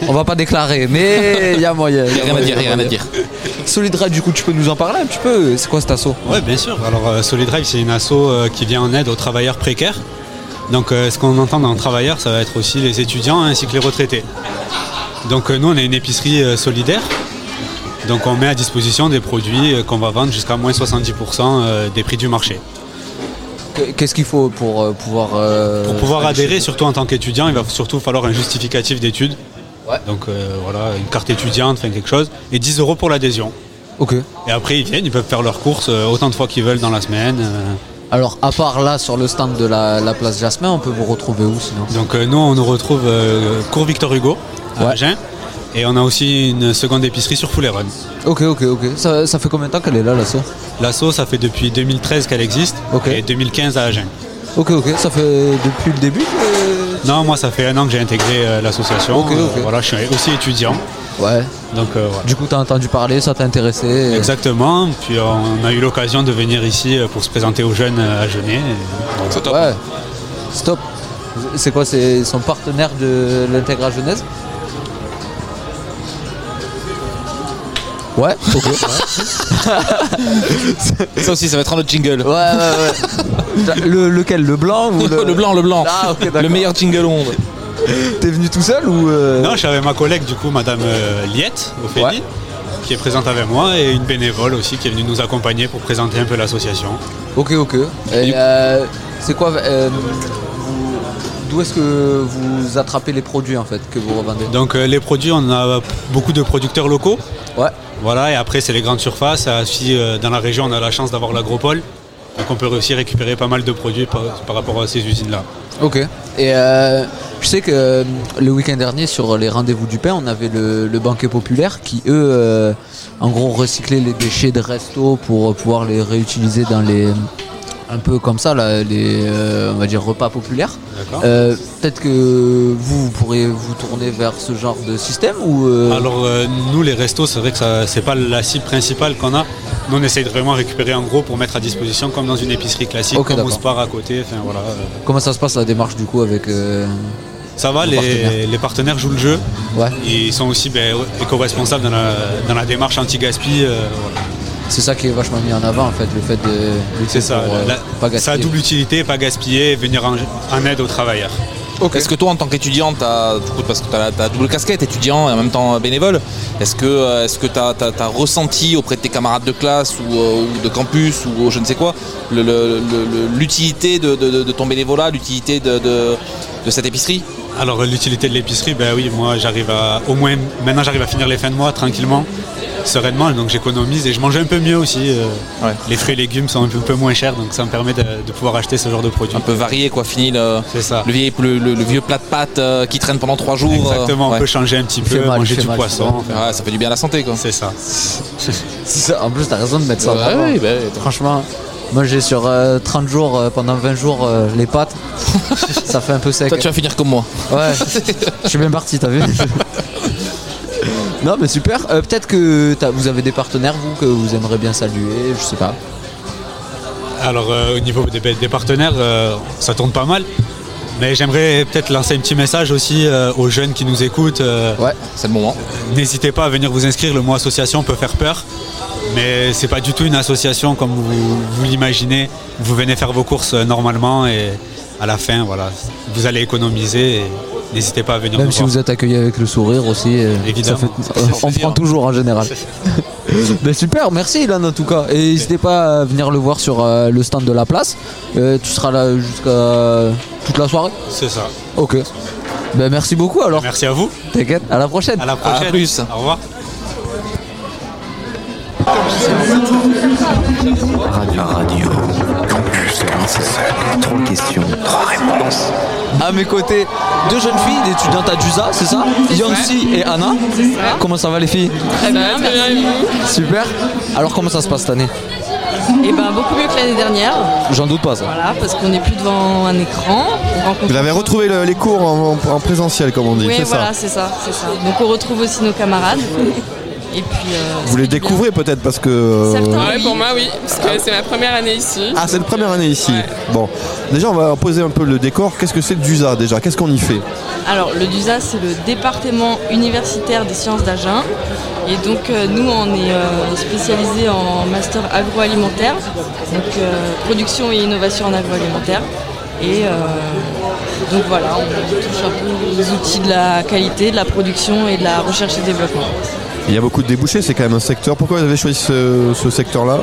Speaker 1: On va pas déclarer, mais il y a moyen.
Speaker 4: Y a rien à dire, y a rien à dire.
Speaker 1: Solid Ride, du coup, tu peux nous en parler un petit peu C'est quoi cet assaut
Speaker 11: Ouais, bien sûr. Alors, euh, Solid Drive, c'est une asso euh, qui vient en aide aux travailleurs précaires. Donc, euh, ce qu'on entend dans le travailleur, ça va être aussi les étudiants ainsi que les retraités. Donc, euh, nous, on a une épicerie euh, solidaire Donc on met à disposition des produits euh, qu'on va vendre jusqu'à moins 70% euh, des prix du marché.
Speaker 1: Que- Qu'est-ce qu'il faut pour euh, pouvoir. euh,
Speaker 11: Pour pouvoir
Speaker 1: aller
Speaker 11: adhérer,
Speaker 1: chez
Speaker 11: surtout en tant qu'étudiant, il va surtout falloir un justificatif d'études. Donc euh, voilà, une carte étudiante, enfin quelque chose. Et 10 euros pour l'adhésion.
Speaker 1: Ok.
Speaker 11: Et après, ils viennent, ils peuvent faire leurs courses euh, autant de fois qu'ils veulent dans la semaine. euh.
Speaker 1: vous Alors, à part là, sur le stand de la, la place Jasmin, on peut vous retrouver où sinon
Speaker 11: Donc euh, nous, on nous retrouve euh, cours Victor Hugo à Agen. Et on a aussi une seconde épicerie sur Fouleron.
Speaker 1: Ok, ok, ok. Ça, ça fait combien de temps qu'elle est là, la sauce
Speaker 11: L'asso, ça fait depuis 2013 qu'elle existe et 2015 à Agen.
Speaker 1: Ok, ok. Ça fait depuis le début
Speaker 11: Non, moi, ça fait un an que j'ai intégré euh, l'association.
Speaker 1: Ok, ok.
Speaker 11: voilà, je suis aussi étudiant.
Speaker 1: Ouais.
Speaker 11: Donc euh, voilà.
Speaker 1: Du coup, t'as entendu parler, ça euh. t'a intéressé et-
Speaker 11: Exactement, puis euh, on a eu l'occasion de venir ici euh, pour se présenter aux jeunes euh, à Genève.
Speaker 4: C'est
Speaker 1: top. Ouais. Stop. C'est quoi C'est son partenaire de l'Intégra Jeunesse Ouais, ok.
Speaker 4: Ça aussi, ça va être un autre jingle.
Speaker 1: Ouais, ouais, ouais. Le, lequel Le blanc ou le...
Speaker 4: Le blanc, le blanc.
Speaker 1: Ah, ok, d'accord.
Speaker 4: Le meilleur jingle au monde.
Speaker 1: T'es venu tout seul ou euh?
Speaker 11: Non, j'avais ma collègue du coup, Madame euh, Liette, Ophélie, qui est présente avec moi, et une bénévole aussi qui est venue nous accompagner pour présenter un peu l'association.
Speaker 1: Ok, ok. Et, euh, c'est quoi euh, vous- D'où est-ce que vous attrapez les produits en fait que vous revendez
Speaker 11: Donc euh, les produits, on a beaucoup de producteurs locaux.
Speaker 1: Ouais.
Speaker 11: Voilà, et après c'est les grandes surfaces. Ah, Si euh, dans la région on a la chance d'avoir l'agropole, donc on peut aussi récupérer pas mal de produits par, par rapport à ces usines-là.
Speaker 1: Ok. Et euh, je sais que euh, le week-end dernier, sur les rendez-vous du pain, on avait le, le banquet populaire qui, eux, euh, en gros, recyclaient les déchets de resto pour euh, pouvoir les réutiliser dans les. un peu comme ça, là, les, euh, on va dire, repas populaires.
Speaker 11: D'accord.
Speaker 1: Euh, Peut-être que vous, vous pourrez vous tourner vers ce genre de système ou. euh,
Speaker 11: Alors euh, nous les restos c'est vrai que ça c'est pas la cible principale qu'on a. Nous on essaye de vraiment récupérer en gros pour mettre à disposition comme dans une épicerie classique,
Speaker 1: Ok,
Speaker 11: comme au
Speaker 1: d'accord.
Speaker 11: spar à côté, enfin voilà. euh.
Speaker 1: Comment ça se passe la démarche du coup avec. euh,
Speaker 11: Ça va,
Speaker 1: vos
Speaker 11: les les
Speaker 1: partenaires
Speaker 11: partenaires. jouent le jeu.
Speaker 1: Ouais.
Speaker 11: Ils sont aussi ben, éco-responsables dans la, dans la démarche anti-gaspi. euh, voilà.
Speaker 1: C'est ça qui est vachement mis en avant en fait, le fait de. euh,
Speaker 11: C'est ça, la- ça a double utilité, pas gaspiller, et venir en, en aide aux travailleurs.
Speaker 4: Est-ce que toi, en tant qu'étudiant, t'as- du coup, parce que tu as la double casquette, étudiant et en même temps bénévole, est-ce que euh, est-ce que tu as, ressenti auprès de tes camarades de classe ou, euh, ou de campus ou je ne sais quoi le- le- le- le- l'utilité de, de- de- de ton bénévolat, l'utilité de, de- de cette épicerie
Speaker 11: Alors l'utilité de l'épicerie, ben oui, moi j'arrive à au moins maintenant j'arrive à finir les fins de mois tranquillement, sereinement, donc j'économise et je mange un peu mieux aussi. euh, Les fruits et légumes sont un peu, un peu moins chers, donc ça me permet de, de pouvoir acheter ce genre de produits.
Speaker 4: Un peu varié, quoi, fini le,
Speaker 11: le,
Speaker 4: vieil, le, le- le vieux plat de pâtes euh, qui traîne pendant trois jours. euh,
Speaker 11: Exactement, on
Speaker 4: ouais.
Speaker 11: peut changer un petit peu, manger du poisson. enfin.
Speaker 4: Ouais, ça fait du bien à la santé, quoi.
Speaker 11: C'est ça.
Speaker 1: En plus, t'as raison de mettre ça en
Speaker 4: Ouais,
Speaker 1: avant.
Speaker 4: ouais, bah, attends.
Speaker 1: Franchement, manger sur euh, 30 jours, euh, pendant 20 jours, euh, les pâtes, ça fait un peu sec.
Speaker 4: Toi, tu vas finir comme moi.
Speaker 1: Ouais, je suis bien parti, t'as vu Non, mais super. Euh, Peut-être que t'as- vous avez des partenaires, vous, que vous aimeriez bien saluer, je sais pas.
Speaker 11: Alors euh, au niveau des, des partenaires, euh, ça tourne pas mal. Mais j'aimerais peut-être lancer un petit message aussi euh, aux jeunes qui nous écoutent. euh,
Speaker 4: ouais, c'est le moment.
Speaker 11: N'hésitez pas à venir vous inscrire. Le mot association peut faire peur, mais c'est pas du tout une association comme vous, vous l'imaginez. Vous venez faire vos courses euh, normalement et à la fin, voilà, vous allez économiser. et N'hésitez pas à venir
Speaker 1: Même
Speaker 11: nous
Speaker 1: si
Speaker 11: voir.
Speaker 1: vous êtes accueilli avec le sourire aussi, euh,
Speaker 11: Évidemment.
Speaker 1: ça fait- euh, on prend toujours en général. Ben super, merci Ilan en tout cas. Et n'hésitez pas à venir le voir sur euh, le stand de la place. Euh, tu seras là jusqu'à toute la soirée
Speaker 11: C'est ça.
Speaker 1: Ok. Ben merci beaucoup alors.
Speaker 11: Merci à vous.
Speaker 1: T'inquiète, à la prochaine.
Speaker 11: À la prochaine. Au revoir.
Speaker 2: Radio, radio. Campus 47. Trois questions, trois réponses.
Speaker 1: À mes côtés, deux jeunes filles, étudiantes à DUSA, c'est ça Yancy et Anna. Comment ça va les filles
Speaker 12: Très bien, merci.
Speaker 1: Super. Alors comment ça se passe cette année
Speaker 12: Et ben beaucoup mieux que l'année dernière.
Speaker 1: J'en doute pas ça.
Speaker 12: Voilà, parce qu'on n'est plus devant un écran. On rencontre-
Speaker 13: Vous avez retrouvé le- les cours en, en- en présentiel, comme on dit,
Speaker 12: Oui,
Speaker 13: c'est
Speaker 12: voilà,
Speaker 13: ça
Speaker 12: c'est ça, c'est ça. Donc on retrouve aussi nos camarades. Et puis euh,
Speaker 13: Vous les découvrez peut-être parce que. euh,
Speaker 14: Ouais, pour moi, oui, parce que c'est ma première année ici.
Speaker 13: Ah, c'est la première année ici. Bon, déjà, on va poser un peu le décor. Qu'est-ce que c'est DUSA déjà Qu'est-ce qu'on y fait
Speaker 12: Alors, le DUSA, c'est le département universitaire des sciences d'Agen. Et donc, euh, nous, on est euh, spécialisé en master agroalimentaire, donc euh, production et innovation en agroalimentaire. Et euh, donc voilà, on touche un peu aux outils de la qualité, de la production et de la recherche et développement.
Speaker 13: Il y a beaucoup de débouchés, c'est quand même un secteur. Pourquoi vous avez choisi ce, ce secteur-là,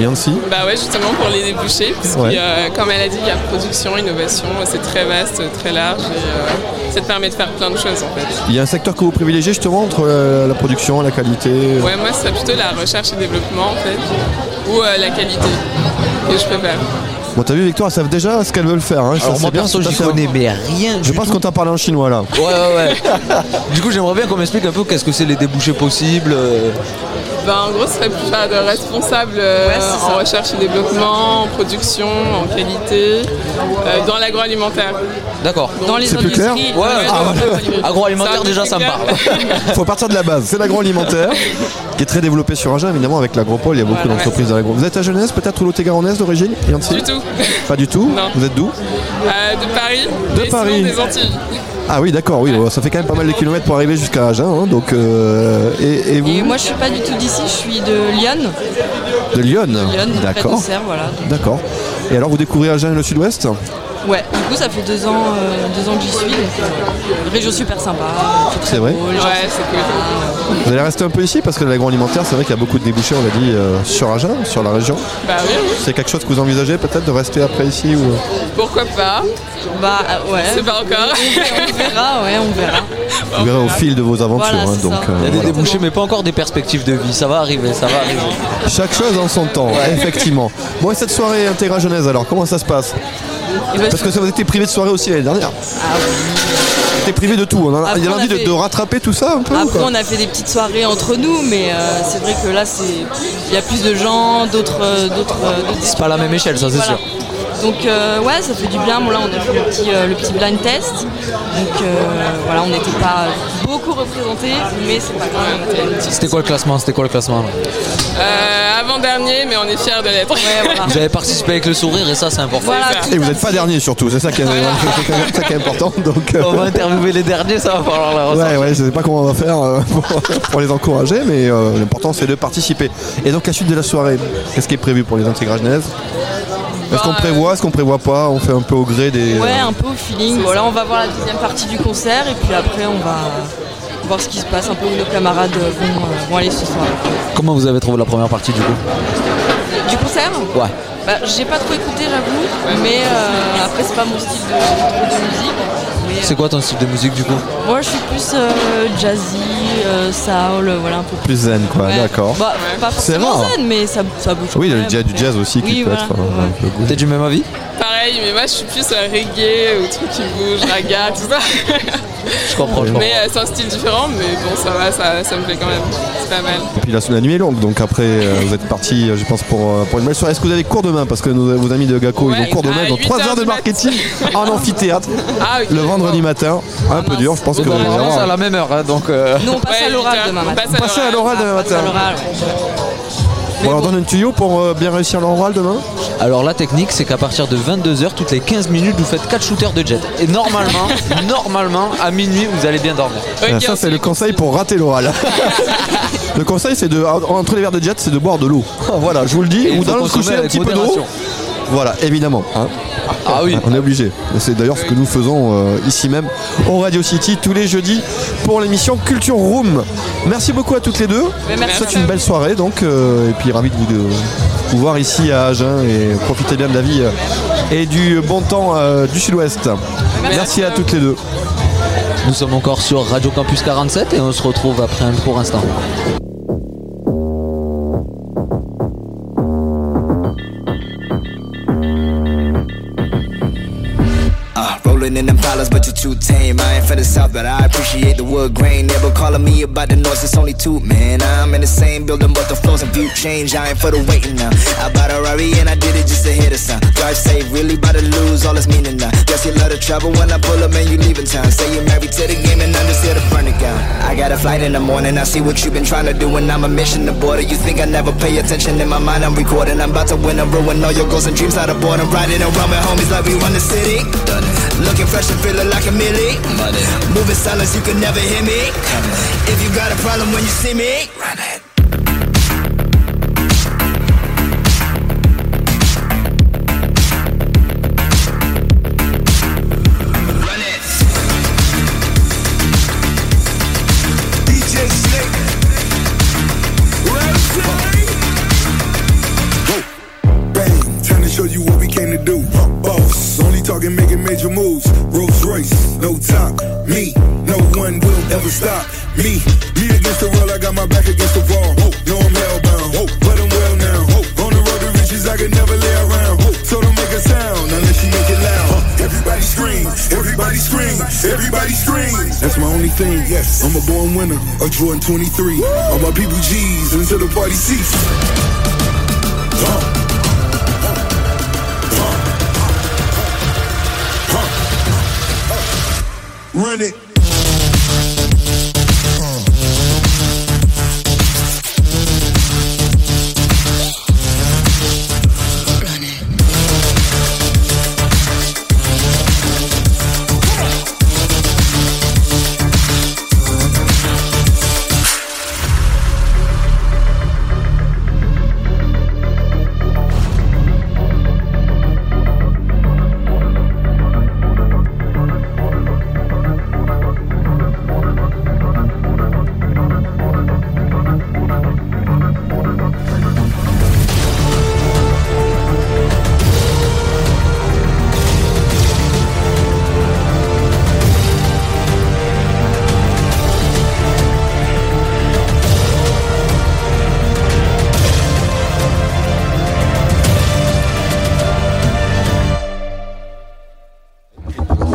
Speaker 13: Yancy
Speaker 14: Bah ouais, justement pour les débouchés, puisque
Speaker 13: Ouais.
Speaker 14: euh, comme elle a dit, il y a production, innovation, c'est très vaste, très large, et euh, ça te permet de faire plein de choses en fait.
Speaker 13: Il y a un secteur que vous privilégiez justement entre la, la production, la qualité
Speaker 14: Ouais, moi c'est plutôt la recherche et développement en fait, ou euh, la qualité que je préfère.
Speaker 13: Bon, t'as vu, Victoire, elles savent déjà ce qu'elles veulent faire. Hein. Je
Speaker 1: Alors,
Speaker 13: sais
Speaker 1: moi,
Speaker 13: bien
Speaker 1: perso,
Speaker 13: ce que
Speaker 1: j'y
Speaker 13: t'as fait.
Speaker 1: connais, mais rien
Speaker 13: Je pense qu'on t'a parlé en chinois là.
Speaker 1: Ouais, ouais, ouais. du coup, j'aimerais bien qu'on m'explique un peu qu'est-ce que c'est les débouchés possibles. euh,
Speaker 14: Ben, en gros, ce serait plus faire de responsable euh, en recherche et développement, en production, en qualité, euh, dans l'agroalimentaire.
Speaker 1: D'accord.
Speaker 14: Dans les C'est plus clair industries,
Speaker 1: Ouais,
Speaker 14: dans les
Speaker 1: ah,
Speaker 14: industries.
Speaker 1: ouais. agroalimentaire,
Speaker 14: Ça,
Speaker 1: déjà, ça me
Speaker 14: clair.
Speaker 1: parle.
Speaker 13: faut partir de la base. C'est l'agroalimentaire qui est très développé sur Agen, évidemment, avec l'agropole. Il y a beaucoup
Speaker 14: Voilà,
Speaker 13: d'entreprises dans l'agro. Vous êtes à Genèse, peut-être, ou Lot-et-Garonnaise d'origine Yancy
Speaker 14: Du tout.
Speaker 13: Pas du tout
Speaker 14: Non.
Speaker 13: Vous êtes d'où
Speaker 14: Euh, de Paris De
Speaker 13: Paris.
Speaker 14: des Antilles.
Speaker 13: Ah oui, d'accord, oui. Ça fait quand même pas mal de kilomètres pour arriver jusqu'à Agen. hein, donc, euh, et, et vous
Speaker 12: Et moi, je suis pas du tout d'ici, je suis de Lyon.
Speaker 13: De Lyon
Speaker 12: Lyon, près
Speaker 13: D'accord.
Speaker 12: d'Auxerre, voilà.
Speaker 13: D'accord. Et alors, vous découvrez Agen et le sud-ouest
Speaker 12: Ouais, du coup, ça fait deux ans, euh, deux ans que j'y suis. donc, euh, région super sympa.
Speaker 13: C'est vrai
Speaker 14: Ouais, c'est cool.
Speaker 13: Vous allez rester un peu ici parce que l'agroalimentaire, c'est vrai qu'il y a beaucoup de débouchés, on l'a dit, euh, sur Agen, sur la région.
Speaker 14: Bah oui, oui.
Speaker 13: C'est quelque chose que vous envisagez peut-être de rester après ici ou...
Speaker 14: Pourquoi pas
Speaker 12: Bah ouais.
Speaker 14: C'est pas encore.
Speaker 12: On verra, ouais, on verra.
Speaker 13: Vous verrez au fil de vos aventures.
Speaker 12: Voilà,
Speaker 13: hein,
Speaker 12: c'est
Speaker 13: donc,
Speaker 12: ça.
Speaker 13: euh,
Speaker 1: Il y a des
Speaker 13: voilà.
Speaker 1: débouchés, mais pas encore des perspectives de vie. Ça va arriver, ça va arriver.
Speaker 13: Chaque chose en son temps, effectivement. Bon, et cette soirée Intégra Genèse, alors, comment ça se passe
Speaker 1: Eh ben,
Speaker 13: Parce que ça vous été privé de soirée aussi l'année dernière.
Speaker 1: Ah.
Speaker 13: Vous étiez privé de tout. on en a-
Speaker 12: Après,
Speaker 13: il y a
Speaker 12: on a
Speaker 13: envie de,
Speaker 12: fait-
Speaker 13: de rattraper tout ça un peu ou
Speaker 12: Après,
Speaker 13: quoi
Speaker 12: on a fait des petites soirées entre nous, mais euh, c'est vrai que là, c'est il y a plus de gens, d'autres, euh, d'autres, euh, d'autres
Speaker 1: C'est pas à la même échelle, ça, c'est sûr.
Speaker 12: Donc euh, ouais, ça fait du bien. Bon là, on a fait le petit, euh, le petit blind test. Donc euh, voilà, on n'était pas beaucoup représentés, mais c'est pas grave. on était-
Speaker 1: C'était quoi le classement C'était quoi le classement là
Speaker 14: Euh, Avant-dernier, mais on est fiers de l'être.
Speaker 12: Ah.
Speaker 1: Vous avez participé avec le sourire et ça, c'est important.
Speaker 13: Et vous n'êtes pas dernier surtout, c'est ça qui est, c'est quand même ça qui est important. Donc, euh,
Speaker 1: On va interviewer les derniers, ça va falloir la ressortir.
Speaker 13: Ouais, ouais, je sais pas comment on va faire euh, pour, pour les encourager, mais euh, l'important c'est de participer. Et donc la suite de la soirée, qu'est-ce qui est prévu pour les intégrats genèves Est-ce
Speaker 1: Bah,
Speaker 13: qu'on prévoit, est-ce qu'on prévoit pas On fait un peu au gré des.
Speaker 12: Ouais, un peu au feeling. Voilà, on va voir la deuxième partie du concert et puis après, on va voir ce qui se passe, un peu où nos camarades euh, vont, euh, vont aller ce soir.
Speaker 1: Comment vous avez trouvé la première partie du coup
Speaker 12: Du concert
Speaker 1: Ouais.
Speaker 12: Bah, j'ai pas trop écouté, j'avoue, mais euh, après, c'est pas mon style de, de musique. Mais,
Speaker 1: C'est quoi ton style de musique du coup
Speaker 12: euh, moi, je suis plus euh, jazzy, euh, soul, euh, voilà, un peu
Speaker 13: Plus zen quoi,
Speaker 12: Ouais.
Speaker 13: d'accord. hein.
Speaker 12: Bah, pas forcément zen, mais ça, ça bouge.
Speaker 13: Oui, il y a
Speaker 12: quand
Speaker 13: le jazz-
Speaker 12: même.
Speaker 13: du jazz aussi qui
Speaker 12: Oui,
Speaker 13: peut
Speaker 12: voilà.
Speaker 13: être euh, un peu good.
Speaker 1: T'es du même avis
Speaker 14: Pareil, mais moi je suis plus euh, reggae, ou trucs qui bougent, raga, tout ça.
Speaker 1: Je comprends, je comprends.
Speaker 14: Mais euh, c'est un style différent, mais bon, ça va, ça, ça me plaît quand même. C'est pas mal.
Speaker 13: Et puis la, la nuit est longue, donc après euh, vous êtes parti, je pense, pour, euh, pour une belle soirée. Est-ce que vous avez cours demain Parce que nos, vos amis de Gako, ils ont cours demain, ils ont 3 heures de marketing en amphithéâtre
Speaker 1: Ah,
Speaker 13: le vendredi matin. Un peu dur, je pense que vous allez
Speaker 1: on commence
Speaker 13: avoir-
Speaker 1: à la même heure, hein, donc. euh,
Speaker 12: Nous, on passe à l'oral demain matin. Ah,
Speaker 13: On passe à l'oral demain matin. Bon, on leur donne un tuyau pour euh, bien réussir l'oral demain
Speaker 1: Alors la technique, c'est qu'à partir de 22h, toutes les 15 minutes, vous faites 4 shooters de jet. Et normalement, normalement, à minuit, vous allez bien dormir.
Speaker 13: Ah, ça, c'est le conseil pour rater l'oral. le conseil, c'est de. Entre les verres de jet, c'est de boire de l'eau. voilà, je vous le dis.
Speaker 1: Et il
Speaker 13: Ou
Speaker 1: faut
Speaker 13: d'aller se
Speaker 1: consommer
Speaker 13: coucher un
Speaker 1: avec
Speaker 13: petit peu d'eau.
Speaker 1: modération.
Speaker 13: Voilà, évidemment. hein.
Speaker 15: Ah
Speaker 13: On est obligé. Et C'est d'ailleurs ce que nous faisons euh, ici même au Radio City tous les jeudis pour l'émission Culture Room. Merci beaucoup à toutes les deux.
Speaker 12: Mais merci.
Speaker 13: C'est une belle soirée donc euh, et puis ravi de vous, de vous voir ici à Agen et profitez bien de la vie euh, et du bon temps euh, du sud-ouest. Merci à toutes les deux.
Speaker 1: Nous sommes encore sur Radio Campus 47 et on se retrouve après un court instant.
Speaker 16: Uh, rolling in them dollars, but you're too tame. I ain't for the south, but I appreciate the wood grain. Never calling me about the noise, it's only two, man. I'm in the same building, but the flows and view change. I ain't for the waiting now. I bought a Rari and I did it just to hit a sound. Drive safe, really about to lose all its meaning now. Guess you love to travel when I pull up and you leaving town. Say you're married to the game and I'm just here to burn it down. I got a flight in the morning, I see what you've been trying to do, and I'm a mission aborted. You think I never pay attention? In my mind, I'm recording. I'm about to win and ruin all your goals and dreams out of boredom. Riding around with homies like we run the city. Looking fresh and feeling like a millie. Moving silence, you can never hear me. If you got a problem when you see me,
Speaker 17: DJ Snake. talking, making major moves. Rolls Royce, no top. Me, no one will ever stop. Me, me against the world, I got my back against the wall. Oh, no, I'm hellbound. Oh, but I'm well now. Oh, on the road to riches, I can never lay around. Oh, so don't make a sound unless you make it loud. Huh. Everybody scream, everybody scream, everybody scream. That's my only thing, yes. I'm a born winner, a Jordan 23. All my people G's until the party cease. Huh. Run it.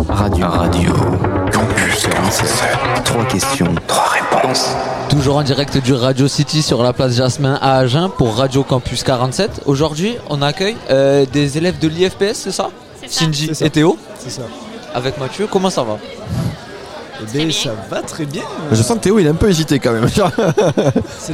Speaker 2: Radio. Radio. Campus 47. Trois questions, trois réponses.
Speaker 1: Toujours en direct du Radio City sur la place Jasmin à Agen pour Radio Campus 47. Aujourd'hui, on accueille euh, des élèves de l'IFPS, c'est ça Shinji et Théo
Speaker 15: C'est ça.
Speaker 1: Avec Mathieu, comment ça va
Speaker 15: Eh bien, ça va très bien.
Speaker 13: Je sens que Théo il est un peu hésité quand même.
Speaker 15: C'est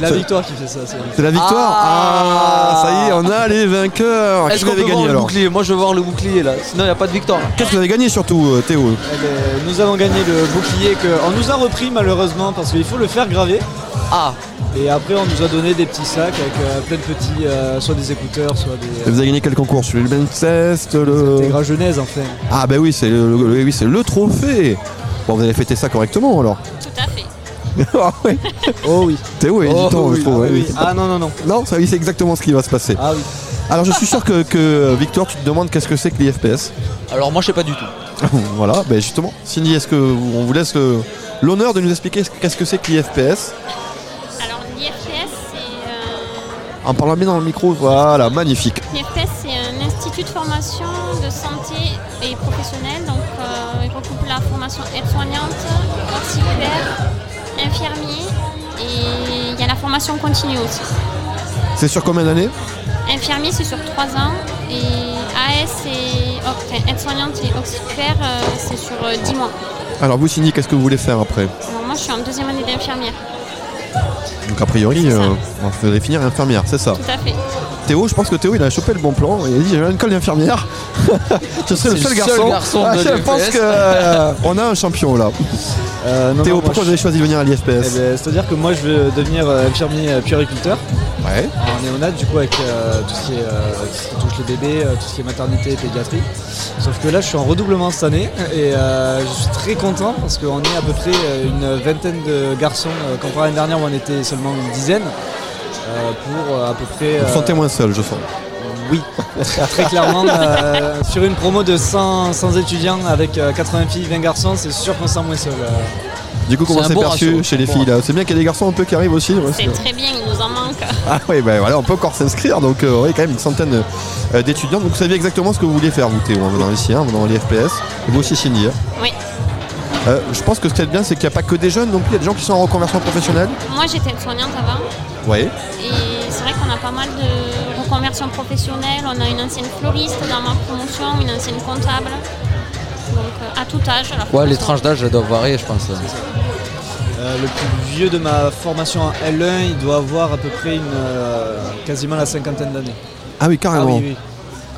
Speaker 15: la victoire qui fait ça. c'est-
Speaker 13: C'est la victoire ah, ça y est, on a les vainqueurs. Qu'est-ce
Speaker 1: Est-ce
Speaker 13: que
Speaker 1: qu'on
Speaker 13: vous avez
Speaker 1: peut
Speaker 13: gagné
Speaker 1: voir le
Speaker 13: alors
Speaker 1: bouclier Moi, je veux voir le bouclier là, sinon il n'y a pas de victoire.
Speaker 13: Qu'est-ce que vous avez gagné surtout, euh, Théo
Speaker 15: Eh ben, nous avons gagné le bouclier qu'on nous a repris malheureusement parce qu'il faut le faire graver.
Speaker 1: Ah
Speaker 15: Et après, on nous a donné des petits sacs avec euh, plein de petits, euh, soit des écouteurs, soit des. euh,
Speaker 13: Et Vous avez gagné quel concours Celui le test le...
Speaker 15: Intégra Genèse en fait.
Speaker 13: Ah bah oui, c'est le, le- le- oui, c'est le trophée. Bon, vous allez fêter ça correctement alors. ah ouais.
Speaker 15: Oh oui.
Speaker 13: Théo est
Speaker 15: Oh
Speaker 13: hésitant,
Speaker 15: oui,
Speaker 13: je trouve.
Speaker 15: ah
Speaker 13: ouais,
Speaker 15: oui.
Speaker 13: oui.
Speaker 15: Ah non, non, non.
Speaker 13: Non, ça oui, c'est exactement ce qui va se passer.
Speaker 15: Ah oui.
Speaker 13: Alors je suis sûr que, que, euh, Victor, tu te demandes qu'est-ce que c'est que l'IFPS.
Speaker 1: Alors, moi, je sais pas du tout.
Speaker 13: voilà, ben justement, Cindy, est-ce que vous- on vous laisse euh, l'honneur de nous expliquer ce- qu'est-ce que c'est que l'IFPS
Speaker 18: Alors l'IFPS, c'est euh,
Speaker 13: En parlant bien dans le micro, voilà, magnifique.
Speaker 18: l'IFPS, c'est un institut de formation de santé et professionnelle. Donc euh, il regroupe la formation aide-soignante, auxiliaire, infirmier et il y a la formation continue aussi.
Speaker 13: C'est sur combien d'années
Speaker 18: Infirmier c'est sur 3 ans et AS et enfin, aide-soignante et auxiliaire euh, c'est sur euh, 10 mois.
Speaker 13: Alors vous, Cindy, qu'est-ce que vous voulez faire après
Speaker 18: Alors, moi je suis en deuxième année d'infirmière.
Speaker 13: Donc a priori, euh, vous allez finir infirmière, c'est ça
Speaker 18: Tout à fait.
Speaker 13: Théo, je pense que Théo il a chopé le bon plan, il a dit j'ai une colle d'infirmière. je serai le
Speaker 15: C'est
Speaker 13: seul
Speaker 15: le
Speaker 13: garçon.
Speaker 15: seul garçon
Speaker 13: Ah,
Speaker 15: de
Speaker 13: je
Speaker 15: l'IFPS.
Speaker 13: pense que euh, on a un champion là.
Speaker 15: Euh, non,
Speaker 13: Théo,
Speaker 15: non, moi,
Speaker 13: pourquoi
Speaker 15: je-
Speaker 13: vous avez choisi de venir à
Speaker 15: Eh
Speaker 13: l'IFPS
Speaker 15: ben, C'est-à-dire que moi je veux devenir euh, infirmier euh, puériculteur.
Speaker 13: Ouais.
Speaker 15: En néonat, du coup, avec euh, tout, ce qui est, euh, tout ce qui touche les bébés, euh, tout ce qui est maternité et pédiatrie. Sauf que là, je suis en redoublement cette année et euh, je suis très content parce qu'on est à peu près euh, une vingtaine de garçons. euh, Comparé à l'année dernière, où on était seulement une dizaine. euh, pour euh, à peu près.
Speaker 13: Vous vous sentez
Speaker 15: euh,
Speaker 13: moins seul, je sens.
Speaker 15: oui, très clairement. euh, sur une promo de 100, 100 étudiants avec euh, 80 filles, 20 garçons, c'est sûr qu'on se sent moins seul. euh.
Speaker 13: Du coup, comment
Speaker 15: C'est un
Speaker 13: c'est
Speaker 15: bon
Speaker 13: perçu
Speaker 15: ratio,
Speaker 13: chez les
Speaker 15: bon
Speaker 13: filles là C'est bien qu'il y a des garçons un peu qui arrivent aussi. ouais, c'est-
Speaker 18: C'est très bien, il nous en manque.
Speaker 13: Ah oui, ben voilà, on peut encore s'inscrire, donc euh, oui, quand même une centaine euh, d'étudiants. Donc vous saviez exactement ce que vous vouliez faire, vous Théo, en venant ici, hein, en venant à l'IFPS, et vous aussi Cindy. hein.
Speaker 18: Oui.
Speaker 13: Euh, je pense que ce qui est bien, c'est qu'il n'y a pas que des jeunes, donc il y a des gens qui sont en reconversion professionnelle.
Speaker 18: Moi j'étais soignante avant.
Speaker 13: Oui.
Speaker 18: Et c'est vrai qu'on a pas mal de reconversions professionnelles. On a une ancienne floriste dans ma promotion, une ancienne comptable. Donc euh, à tout âge. la
Speaker 1: Ouais, les
Speaker 18: formation.
Speaker 1: tranches d'âge, elles doivent varier, je pense.
Speaker 15: Euh, le plus vieux de ma formation en L1, il doit avoir à peu près une, euh, quasiment la cinquantaine d'années.
Speaker 13: Ah oui, carrément.
Speaker 15: Ah oui,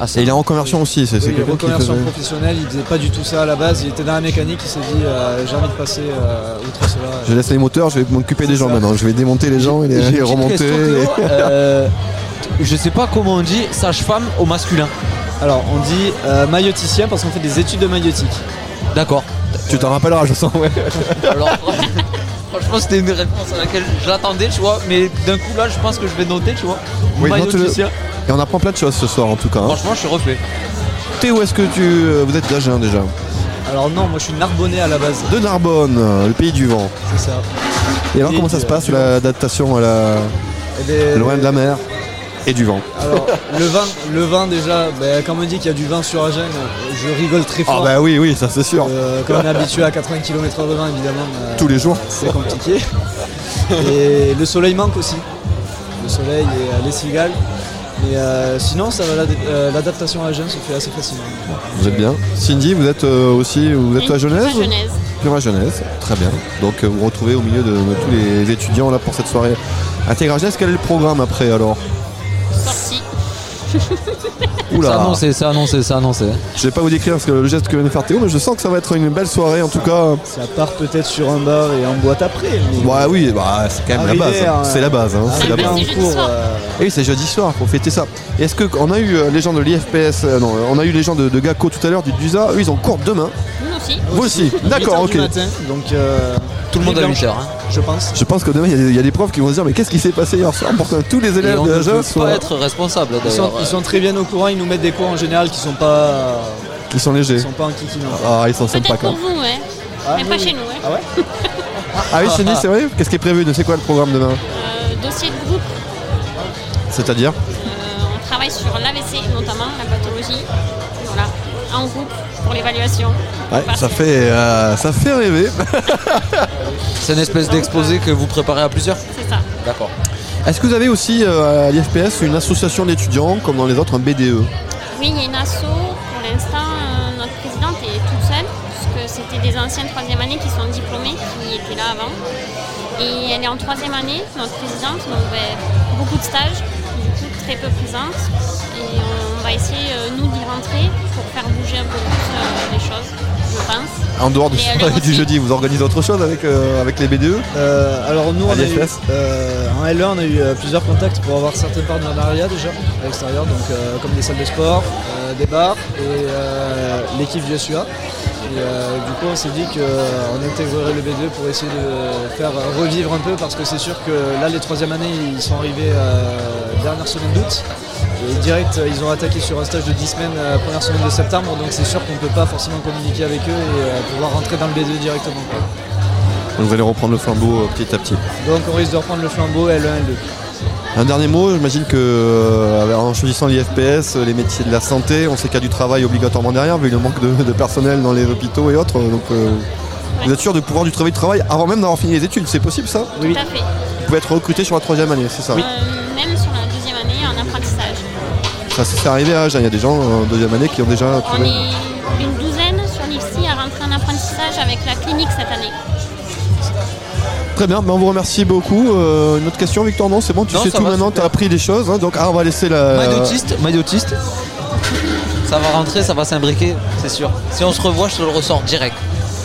Speaker 15: oui.
Speaker 13: et il est en reconversion aussi, c'est c'est
Speaker 15: Oui,
Speaker 13: quelqu'un qui
Speaker 15: reconversion
Speaker 13: faisait-
Speaker 15: professionnelle, il faisait pas du tout ça à la base, il était dans la mécanique, il s'est dit euh, j'ai envie de passer euh, outre cela.
Speaker 13: Je laisse les moteurs, je vais m'occuper des gens maintenant. Je vais démonter les gens et les,
Speaker 1: J'ai une
Speaker 13: les
Speaker 1: petite
Speaker 13: remonter.
Speaker 1: question, Théo. Euh, je sais pas comment on dit sage-femme au masculin.
Speaker 15: Alors on dit mailloticien parce qu'on fait des études de maillotique.
Speaker 1: D'accord.
Speaker 13: Tu t'en rappelleras, je sens, ouais.
Speaker 1: Alors, franchement, c'était une réponse à laquelle je l'attendais, tu vois. Mais d'un coup, là, je pense que je vais noter, tu vois.
Speaker 13: Oui, note-le.
Speaker 1: Maïoticien.
Speaker 13: Et on apprend plein de choses ce soir en tout cas. hein.
Speaker 1: Franchement, je suis refait.
Speaker 13: côté ou est-ce que tu, euh, vous êtes d'Agen déjà
Speaker 15: Alors non, moi je suis narbonnais à la base.
Speaker 13: De Narbonne, euh, le pays du vent.
Speaker 15: C'est ça.
Speaker 13: Et alors
Speaker 15: Et
Speaker 13: comment ça
Speaker 15: du-
Speaker 13: se passe
Speaker 15: du vent.
Speaker 13: l'adaptation à la...
Speaker 15: Eh ben,
Speaker 13: loin de la mer et du vent
Speaker 15: Alors, le vin, le vin déjà, ben, quand on me dit qu'il y a du vin sur Agen, euh, je rigole très
Speaker 13: Ah
Speaker 15: fort.
Speaker 13: bah oui, oui, ça c'est sûr.
Speaker 15: Euh, quand on est habitué à 80 km h de vin, évidemment. euh,
Speaker 13: Tous les jours.
Speaker 15: C'est compliqué. Et le soleil manque aussi. Le soleil et euh, les cigales. Mais euh, sinon, ça va, l'ad- euh, l'adaptation à Agen se fait assez facilement.
Speaker 13: Vous êtes bien. Cindy, vous êtes euh, aussi, vous êtes
Speaker 15: Oui,
Speaker 13: à Genèse
Speaker 15: je suis à Genèse.
Speaker 13: Pure à Genèse, très bien. Donc euh, vous vous retrouvez au milieu de, de tous les étudiants là pour cette soirée Intégra Genèse. Quel est le programme après alors
Speaker 18: Sortie.
Speaker 13: Oula.
Speaker 1: Ça annoncé, ça annoncé, ça annoncé.
Speaker 13: Je vais pas vous décrire parce que le geste que vient de faire Théo, mais je sens que ça va être une belle soirée en tout cas.
Speaker 15: Ça part peut-être sur un bar et en boîte après.
Speaker 13: Bah oui, bah, c'est quand même la base.
Speaker 15: Arriver
Speaker 13: hein.
Speaker 15: à-
Speaker 13: C'est la base. hein, C'est la
Speaker 15: arriver
Speaker 13: base.
Speaker 15: euh, en C'est jeudi cours, soir. euh,
Speaker 13: Et oui, c'est jeudi soir, faut fêter ça. Et Est-ce qu'on a eu euh, les gens de l'IFPS, euh, non, on a eu les gens de, de GACO tout à l'heure, du DUSA, eux ils ont cours demain.
Speaker 18: Nous aussi.
Speaker 13: Vous aussi, d'accord,
Speaker 15: 8 euh, heures
Speaker 13: ok.
Speaker 15: du matin, donc, euh,
Speaker 13: Tout le monde
Speaker 15: libre
Speaker 13: à
Speaker 15: en-
Speaker 13: 8 heures, hein.
Speaker 15: Je pense.
Speaker 13: Je pense que demain il y a des- il y, a des profs qui vont se dire mais qu'est-ce qui s'est passé hier soir pour que tous les
Speaker 1: Et
Speaker 13: élèves
Speaker 1: on
Speaker 13: de
Speaker 1: ne
Speaker 13: la
Speaker 1: peut
Speaker 13: jeune
Speaker 1: pas
Speaker 13: soient
Speaker 1: être responsable
Speaker 15: Ils sont,
Speaker 1: d'ailleurs.
Speaker 15: ils sont très bien au courant, ils nous mettent des cours en général qui sont pas.
Speaker 13: Qui sont légers.
Speaker 15: Ils sont pas en kikinant.
Speaker 13: Ah, ils sont sympas quand
Speaker 18: Pour
Speaker 13: même.
Speaker 18: vous, ouais.
Speaker 15: Ah,
Speaker 18: Mais pas
Speaker 15: oui.
Speaker 18: chez nous, ouais.
Speaker 15: Ah ouais
Speaker 13: Ah oui, Cindy, c'est vrai Qu'est-ce qui est prévu de- C'est quoi le programme demain
Speaker 18: Euh, Dossier de groupe.
Speaker 13: C'est-à-dire
Speaker 18: On travaille sur l'AVC notamment, la pathologie. Voilà, en groupe pour l'évaluation.
Speaker 13: Ouais, ça fait, euh, ça fait rêver.
Speaker 1: C'est une espèce d'exposé que vous préparez à plusieurs
Speaker 18: C'est ça.
Speaker 1: D'accord.
Speaker 13: Est-ce que vous avez aussi euh, à l'IFPS une association d'étudiants comme dans les autres, un E BDE
Speaker 18: Oui, il y a une asso. Pour l'instant, euh, notre présidente est toute seule, puisque c'était des anciens troisième année qui sont diplômés, qui étaient là avant. Et elle est en troisième année, notre présidente, donc ben, beaucoup de stages, du coup très peu présente. Et on va essayer, euh, nous, d'y rentrer pour faire bouger un peu plus euh, les choses, je pense.
Speaker 13: En dehors du,
Speaker 18: Mais elle est
Speaker 13: du jeudi, vous organisez autre chose avec, euh, avec les BDE
Speaker 15: Euh, alors nous, on
Speaker 13: À
Speaker 15: a eu,
Speaker 13: l'IFS.
Speaker 15: euh, en L1, on a eu euh, plusieurs contacts pour avoir certains partenariats déjà à l'extérieur, donc euh, comme des salles de sport, euh, des bars et euh, l'équipe du SUA. Et euh, du coup, on s'est dit qu'on intégrerait le B2 pour essayer de faire revivre un peu parce que c'est sûr que là, les troisième années, ils sont arrivés euh, dernière semaine d'août. Et direct, euh, ils ont attaqué sur un stage de 10 semaines, euh, première semaine de septembre, donc c'est sûr qu'on ne peut pas forcément communiquer avec eux et euh, pouvoir rentrer dans le B2 directement. quoi.
Speaker 13: Donc vous allez reprendre le flambeau euh, petit à petit.
Speaker 15: Donc on risque de reprendre le flambeau L1, L2.
Speaker 13: Un dernier mot, j'imagine que euh, en choisissant l'IFPS, euh, les métiers de la santé, on sait qu'il y a du travail obligatoirement derrière, vu le manque de, de personnel dans les hôpitaux et autres. Donc euh, vous êtes sûr de pouvoir du travail de travail avant même d'avoir fini les études, c'est possible ça
Speaker 18: Tout à fait.
Speaker 13: Vous pouvez être recruté sur la troisième année, c'est ça
Speaker 18: Euh, même sur la deuxième année, en apprentissage.
Speaker 13: Ça c'est arrivé à Agen, il y a des gens euh, en deuxième année qui ont déjà
Speaker 18: On
Speaker 13: trouvé.
Speaker 18: est une douzaine sur l'IFSI à rentrer en apprentissage avec la clinique cette année.
Speaker 13: Très bien, ben, on vous remercie beaucoup. Euh, une autre question Victor Non, c'est bon, tu
Speaker 1: Non,
Speaker 13: sais
Speaker 1: ça
Speaker 13: tout
Speaker 1: va,
Speaker 13: maintenant, tu as appris les choses. hein, donc ah, on va laisser la...
Speaker 1: Maille d'autiste, maille d'autiste. Ça va rentrer, ça va s'imbriquer, c'est sûr. Si on se revoit, je te le ressors direct.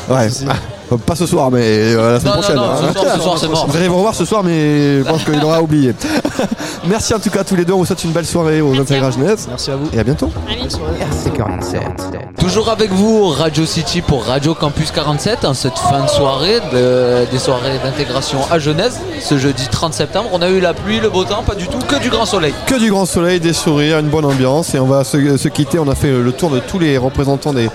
Speaker 13: Ouais. Ah, pas ce soir, mais euh, la semaine
Speaker 1: Non, non,
Speaker 13: prochaine.
Speaker 1: non, ce soir, ce soir, c'est mort.
Speaker 13: Vous allez vous revoir ce soir, mais je pense qu'il aura oublié. Merci en tout cas à tous les deux. On vous souhaite une belle soirée aux Intégrats Genèse.
Speaker 15: Merci à vous.
Speaker 13: Et à bientôt.
Speaker 1: C'est 47. Toujours avec vous, Radio City pour Radio Campus 47, en cette fin de soirée, de- des soirées d'intégration à Genèse, ce jeudi 30 septembre. On a eu la pluie, le beau temps, pas du tout, que du grand soleil.
Speaker 13: Que du grand soleil, des sourires, une bonne ambiance. Et on va se, se quitter. On a fait le tour de tous les représentants des,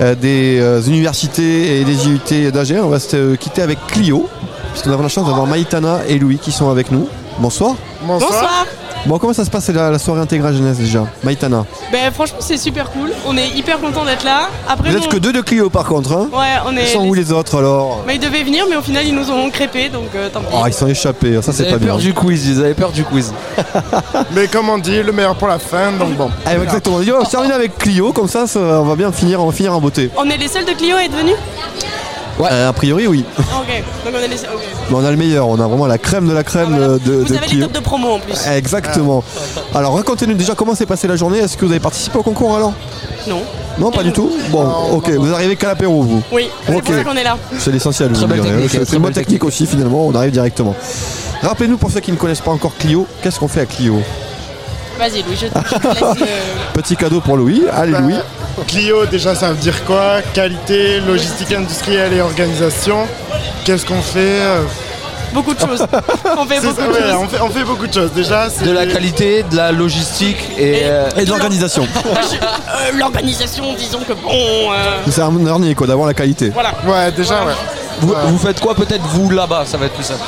Speaker 13: euh, des euh, universités et des IUT d'Agen. On va se euh, quitter avec Clio, puisqu'on a la chance d'avoir Maïtana et Louis qui sont avec nous. Bonsoir.
Speaker 19: Bonsoir.
Speaker 13: Bon, comment ça se passe la, la soirée Intégrats Genèse déjà Maïtana.
Speaker 19: Ben, franchement, c'est super cool. On est hyper content d'être là. Après,
Speaker 13: Vous
Speaker 19: nous,
Speaker 13: êtes que deux de Clio par contre. hein
Speaker 19: Ouais, on est-
Speaker 13: Ils sont où les autres alors
Speaker 19: Ben, ils devaient venir, mais au final, ils nous ont crépé, donc euh, tant pis.
Speaker 13: Ah, ils sont échappés, ça c'est pas bien.
Speaker 1: quiz, ils avaient peur du quiz.
Speaker 20: Mais comme on dit, le meilleur pour la fin, donc bon.
Speaker 13: Ah, exactement. Yo, on se termine avec Clio, comme ça, ça, on va bien finir, on va finir en beauté.
Speaker 19: On est les seuls de Clio à être venus
Speaker 13: Euh, a priori, oui.
Speaker 19: Ok, donc on est les seuls. ok.
Speaker 13: Mais on a le meilleur, on a vraiment la crème de la crème euh, de,
Speaker 19: Ah, Vous
Speaker 13: de
Speaker 19: avez les
Speaker 13: Clio.
Speaker 19: tops de promo en plus.
Speaker 13: Exactement. Alors racontez-nous déjà comment s'est passée la journée. Est-ce que vous avez participé au concours alors
Speaker 19: Non.
Speaker 13: Non, pas du tout. Bon, ok, vous arrivez qu'à l'apéro vous.
Speaker 19: Oui, c'est
Speaker 13: Ok.
Speaker 19: pour ça qu'on est là.
Speaker 13: C'est l'essentiel.
Speaker 19: Très
Speaker 13: vous
Speaker 19: belle
Speaker 13: direz.
Speaker 19: technique,
Speaker 13: C'est
Speaker 19: très
Speaker 13: c'est une bonne
Speaker 19: belle
Speaker 13: technique aussi finalement. On arrive directement. Rappelez-nous pour ceux qui ne connaissent pas encore Clio, qu'est-ce qu'on fait à Clio
Speaker 19: Vas-y, Louis, je, je te laisse. euh,
Speaker 13: Petit cadeau pour Louis. Allez Louis.
Speaker 20: Clio, déjà, ça veut dire quoi Qualité, logistique industrielle et organisation. Qu'est-ce qu'on fait Euh,
Speaker 19: beaucoup de choses. On fait
Speaker 20: C'est
Speaker 19: beaucoup
Speaker 20: ça,
Speaker 19: de
Speaker 20: ouais,
Speaker 19: choses.
Speaker 20: on, fait, on fait beaucoup de choses. Déjà, c'est.
Speaker 21: De la qualité, de la logistique et, euh,
Speaker 13: Et de l'organisation.
Speaker 19: Euh, L'organisation, disons que bon. euh,
Speaker 13: C'est un dernier quoi, d'avoir la qualité.
Speaker 19: Voilà.
Speaker 20: Ouais, déjà,
Speaker 19: Voilà.
Speaker 21: Vous, vous faites quoi peut-être vous là-bas Ça va être plus simple.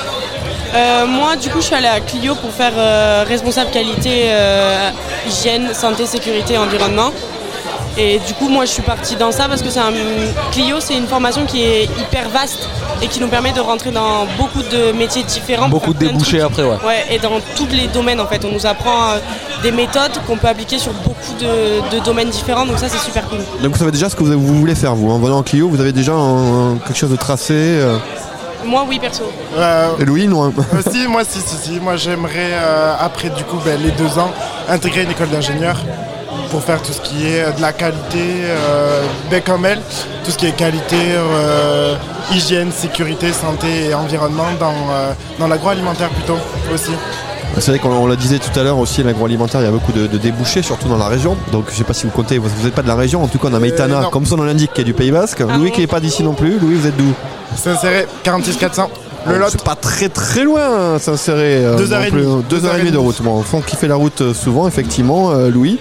Speaker 19: Euh, moi, du coup, je suis allée à Clio pour faire euh, responsable qualité, euh, hygiène, santé, sécurité, environnement. Et du coup, moi, je suis partie dans ça parce que c'est un... Clio, c'est une formation qui est hyper vaste et qui nous permet de rentrer dans beaucoup de métiers différents.
Speaker 21: Beaucoup de
Speaker 19: Plein trucs.
Speaker 21: débouchés après, ouais.
Speaker 19: Ouais, et dans tous les domaines, en fait. On nous apprend euh, des méthodes qu'on peut appliquer sur beaucoup de, de domaines différents, donc ça, c'est super cool.
Speaker 13: Donc vous savez déjà ce que vous, vous voulez faire vous. En venant en Clio, vous avez déjà un- un- quelque chose de tracé. euh.
Speaker 19: Moi, oui, perso.
Speaker 20: Euh,
Speaker 13: Et Louis, non hein.
Speaker 20: Euh, si, moi, si, si, si. Moi, j'aimerais, euh, après du coup, ben, les deux ans, intégrer une école d'ingénieur pour faire tout ce qui est euh, de la qualité, euh, ben, comme elle, tout ce qui est qualité, euh, hygiène, sécurité, santé et environnement dans, euh, dans l'agroalimentaire plutôt aussi.
Speaker 13: C'est vrai qu'on on le disait tout à l'heure aussi, l'agroalimentaire, il y a beaucoup de, de débouchés, surtout dans la région. Donc je sais pas si vous comptez, parce que vous n'êtes pas de la région. En tout cas, on a Maïtana,
Speaker 20: Euh, non. Ah
Speaker 13: comme son nom l'indique, qui est du Pays Basque. Louis qui n'est pas d'ici non plus. Louis, vous êtes d'où
Speaker 20: Sincéré, 46 400. Le lot.
Speaker 13: C'est pas très très loin, Sincéré. euh,
Speaker 20: Deux
Speaker 13: non
Speaker 20: heures et
Speaker 13: plus.
Speaker 20: demie.
Speaker 13: Deux heures et demie de route. Bon, enfin, qui fait la route euh, souvent, effectivement, euh, Louis.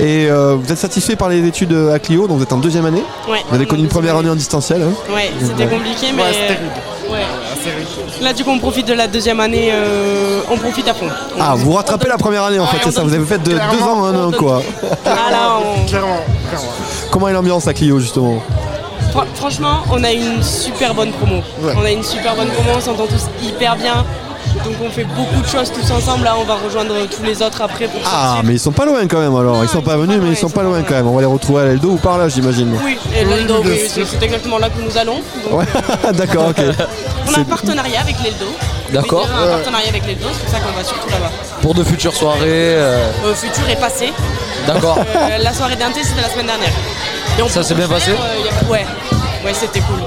Speaker 13: Et euh, vous êtes satisfait par les études euh, à Clio, donc vous êtes en deuxième année.
Speaker 19: Ouais.
Speaker 13: Vous avez connu une première année en distanciel. hein.
Speaker 19: Ouais, c'était compliqué, mais.
Speaker 20: Ouais, c'était rude.
Speaker 19: Ouais. Là, du coup, on profite de la deuxième année, euh, on profite à fond.
Speaker 13: Ah, vous rattrapez la première année en fait, c'est ça. Vous avez fait de deux ans en un an, quoi.
Speaker 19: Ah, là, on-
Speaker 20: Clairement.
Speaker 13: Comment est l'ambiance à Clio, justement
Speaker 19: Fra- franchement, on a une super bonne promo.
Speaker 13: Ouais.
Speaker 19: On a une super bonne promo, on s'entend tous hyper bien. Donc, on fait beaucoup de choses tous ensemble. Là, on va rejoindre tous les autres après pour
Speaker 13: Ah, mais ils sont pas loin quand même alors. Ils sont pas venus, mais ils sont pas loin quand même. On va les retrouver à l'Eldo ou par là, j'imagine.
Speaker 19: Oui, et l'Eldo,
Speaker 13: bien
Speaker 19: oui, c'est
Speaker 13: sûr.
Speaker 19: c'est exactement là que nous allons. Donc,
Speaker 13: Ouais, d'accord, ok.
Speaker 19: on a un partenariat avec l'Eldo.
Speaker 1: D'accord.
Speaker 19: On a un
Speaker 1: Ouais.
Speaker 19: partenariat avec l'Eldo, c'est pour ça qu'on va surtout là-bas.
Speaker 1: Pour de futures soirées. euh,
Speaker 19: Euh, futur est passé.
Speaker 1: D'accord.
Speaker 19: Euh, la soirée d'inté, c'était la semaine dernière. Et on
Speaker 1: Ça
Speaker 19: peut
Speaker 1: s'est bien
Speaker 19: faire,
Speaker 1: passé
Speaker 19: euh, y a pas- Ouais, ouais c'était cool.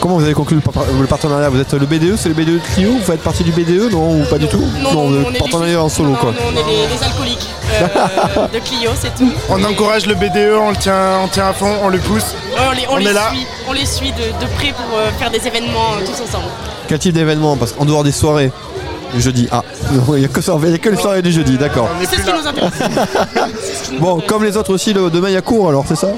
Speaker 13: Comment vous avez conclu le, par- le partenariat Vous êtes le BDE, c'est le BDE de Clio Vous faites partie du BDE Non, ou pas du tout vous êtes
Speaker 19: on est
Speaker 13: partenariat en solo quoi.
Speaker 19: On est les, les alcooliques euh, de Clio, c'est tout.
Speaker 20: On encourage le BDE, on le tient, on tient à fond, on le pousse.
Speaker 19: On les, on
Speaker 20: On
Speaker 19: les
Speaker 20: est là.
Speaker 19: suit, on les suit de, de près pour euh, faire des événements euh, tous ensemble.
Speaker 13: Quel type d'événement Parce qu'en dehors des soirées, le jeudi. Ah, il n'y a que, ça- il y a que les soirées du jeudi, d'accord.
Speaker 19: C'est ce qui nous intéresse.
Speaker 13: Bon, comme les autres aussi, le, demain il y a cours alors, c'est ça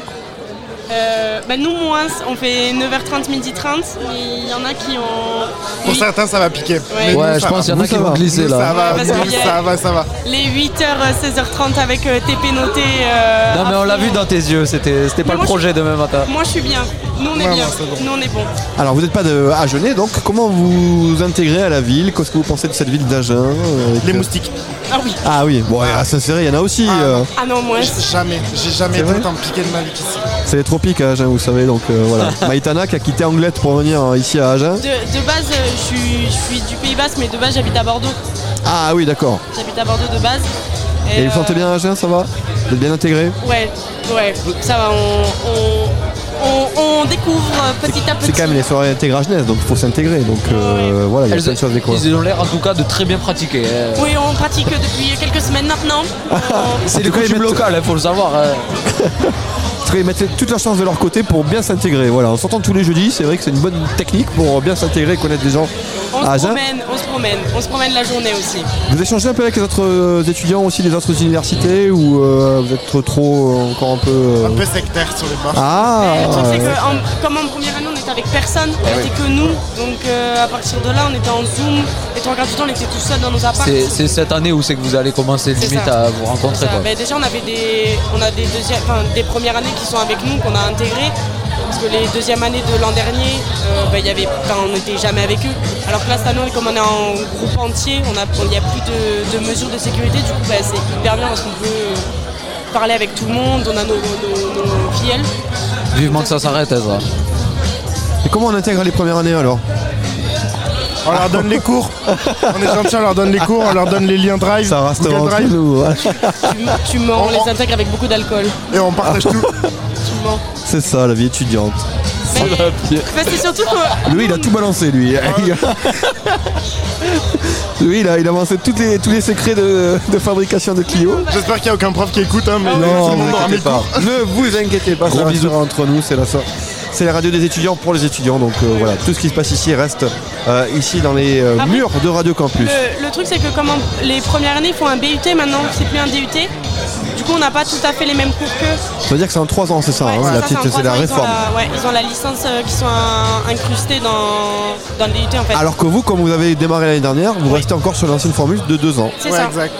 Speaker 19: Euh, bah, nous, moins, on fait 9h30, 12h30, mais il y en a qui ont.
Speaker 20: Pour certains, ça va piquer.
Speaker 19: Ouais, je pense qu'il y en a qui vont glisser, là.
Speaker 20: Ça va,
Speaker 19: Parce
Speaker 20: nous,
Speaker 19: qu'il y a-
Speaker 20: ça va, ça va.
Speaker 19: Les euh, 8h, 16h30 avec euh, TP noté. euh,
Speaker 21: Non mais on l'a vu dans tes yeux, c'était c'était pas
Speaker 19: Mais
Speaker 21: le
Speaker 19: moi,
Speaker 21: projet demain matin.
Speaker 19: Moi, je suis bien. Nous, on est
Speaker 21: Ouais,
Speaker 19: bien.
Speaker 21: moi, c'est bon.
Speaker 19: Nous, on est bon.
Speaker 13: Alors vous n'êtes pas de Agenais, donc comment vous vous intégrez à la ville Qu'est-ce que vous pensez de cette ville d'Agen euh, avec,
Speaker 20: Les
Speaker 13: euh,
Speaker 20: moustiques.
Speaker 19: Ah oui.
Speaker 13: Ah oui, bon, à Saint-Céré, il y en a aussi. euh,
Speaker 19: Ah non, moi.
Speaker 20: Jamais, j'ai jamais
Speaker 13: C'est
Speaker 20: été
Speaker 13: vrai
Speaker 20: autant piqué de ma vie qu'ici.
Speaker 13: C'est les tropiques à Agen, vous savez, donc euh, voilà. Maïtana qui a quitté Anglette pour venir euh, ici à Agen.
Speaker 19: De, de base, euh, je suis, je suis du Pays Basque, mais de base, j'habite à Bordeaux.
Speaker 13: Ah oui, d'accord.
Speaker 19: J'habite à Bordeaux de base.
Speaker 13: Et, vous
Speaker 19: euh,
Speaker 13: vous sentez bien à Agen, ça va Vous êtes bien intégré
Speaker 19: Ouais, ouais, ça va, on, on- on- on découvre euh, petit à petit.
Speaker 13: C'est quand même les soirées intégrées agenaises, donc il faut s'intégrer. Donc euh, voilà, il y a
Speaker 1: Elles-
Speaker 13: plein de choses à découvrir.
Speaker 1: Ils ont l'air en tout cas de très bien pratiquer. euh.
Speaker 19: Oui, on pratique depuis quelques semaines maintenant.
Speaker 1: Ah. C'est le coutume local, hein, faut le savoir. hein.
Speaker 13: En tout cas, Ils mettent toute la chance de leur côté pour bien s'intégrer. Voilà, on s'entend tous les jeudis, c'est vrai que c'est une bonne technique pour bien s'intégrer, connaître les gens
Speaker 19: On
Speaker 1: Ah,
Speaker 13: à
Speaker 19: se
Speaker 13: Agen.
Speaker 19: promène, on se promène, on se promène la journée aussi.
Speaker 13: Vous échangez un peu avec les autres euh, étudiants aussi des autres universités ou euh, vous êtes trop euh, encore un peu. euh,
Speaker 20: Un peu sectaire sur les bords.
Speaker 13: Ah
Speaker 19: Le truc, c'est que, Euh, en- comme en première année, on était avec personne,
Speaker 13: Eh
Speaker 19: on
Speaker 13: oui.
Speaker 19: était que nous. Donc, euh, à partir de là, on était en Zoom. Et trois quarts du temps, on était tout seul dans nos apparts.
Speaker 1: C'est c'est cette année où c'est que vous allez commencer
Speaker 19: C'est
Speaker 1: limite
Speaker 19: ça.
Speaker 1: à vous rencontrer.
Speaker 19: Ça,
Speaker 1: quoi.
Speaker 19: ben déjà, on avait des, on a des, deuxièmes, enfin, des premières années qui sont avec nous, qu'on a intégrées. Parce que les deuxièmes années de l'an dernier, euh, ben, il y avait, enfin, on n'était jamais avec eux. Alors que là, cette année, comme on est en groupe entier, on a- on- il n'y a plus de, de mesures de sécurité. Du coup, ben, c'est hyper bien parce qu'on peut euh, parler avec tout le monde. On a nos, nos- nos- nos fillettes.
Speaker 1: Vivement que ça s'arrête, Ezra.
Speaker 13: Et comment on intègre les premières années alors
Speaker 20: On leur donne les cours. On est gentil, on leur donne les cours, on leur donne les liens Drive. Ça
Speaker 13: reste entre nous.
Speaker 19: Tu, tu mens, on les intègre avec beaucoup d'alcool.
Speaker 20: Et on partage tout.
Speaker 19: tu mens.
Speaker 13: C'est ça la vie étudiante.
Speaker 19: Ben, c'est surtout que-
Speaker 13: Lui il a tout balancé lui. lui il a, il a balancé tous les, tous les secrets de, de fabrication de Clio.
Speaker 20: J'espère qu'il n'y a
Speaker 13: Ah
Speaker 20: aucun prof qui écoute, hein, mais tout
Speaker 13: Non,
Speaker 20: le monde
Speaker 13: vous
Speaker 20: aura
Speaker 13: inquiétez
Speaker 20: mes
Speaker 13: pas.
Speaker 20: cours.
Speaker 13: Ne vous inquiétez pas,
Speaker 20: Gros
Speaker 13: ça
Speaker 20: bisous.
Speaker 13: restera entre nous, c'est la, so- C'est la radio des étudiants pour les étudiants. Donc euh, voilà, tout ce qui se passe ici reste euh, ici dans les euh,
Speaker 19: Après,
Speaker 13: murs de Radio Campus.
Speaker 19: Le, le truc, c'est que comme en- les premières années font un BUT maintenant, c'est plus un DUT. Du coup, on n'a pas tout à fait les mêmes cours qu'eux.
Speaker 13: Ça veut dire que c'est en 3 ans, c'est ça, hein,
Speaker 19: Ouais,
Speaker 13: la
Speaker 19: ça,
Speaker 13: petite,
Speaker 19: en trois
Speaker 13: c'est la
Speaker 19: ans, ils ont
Speaker 13: réforme.
Speaker 19: ouais, ils ont la licence euh, qui sont euh, incrustées dans, dans le DUT en fait.
Speaker 13: Alors que vous, comme vous avez démarré l'année dernière, vous restez encore sur l'ancienne formule de 2 ans.
Speaker 19: C'est ça. Exact.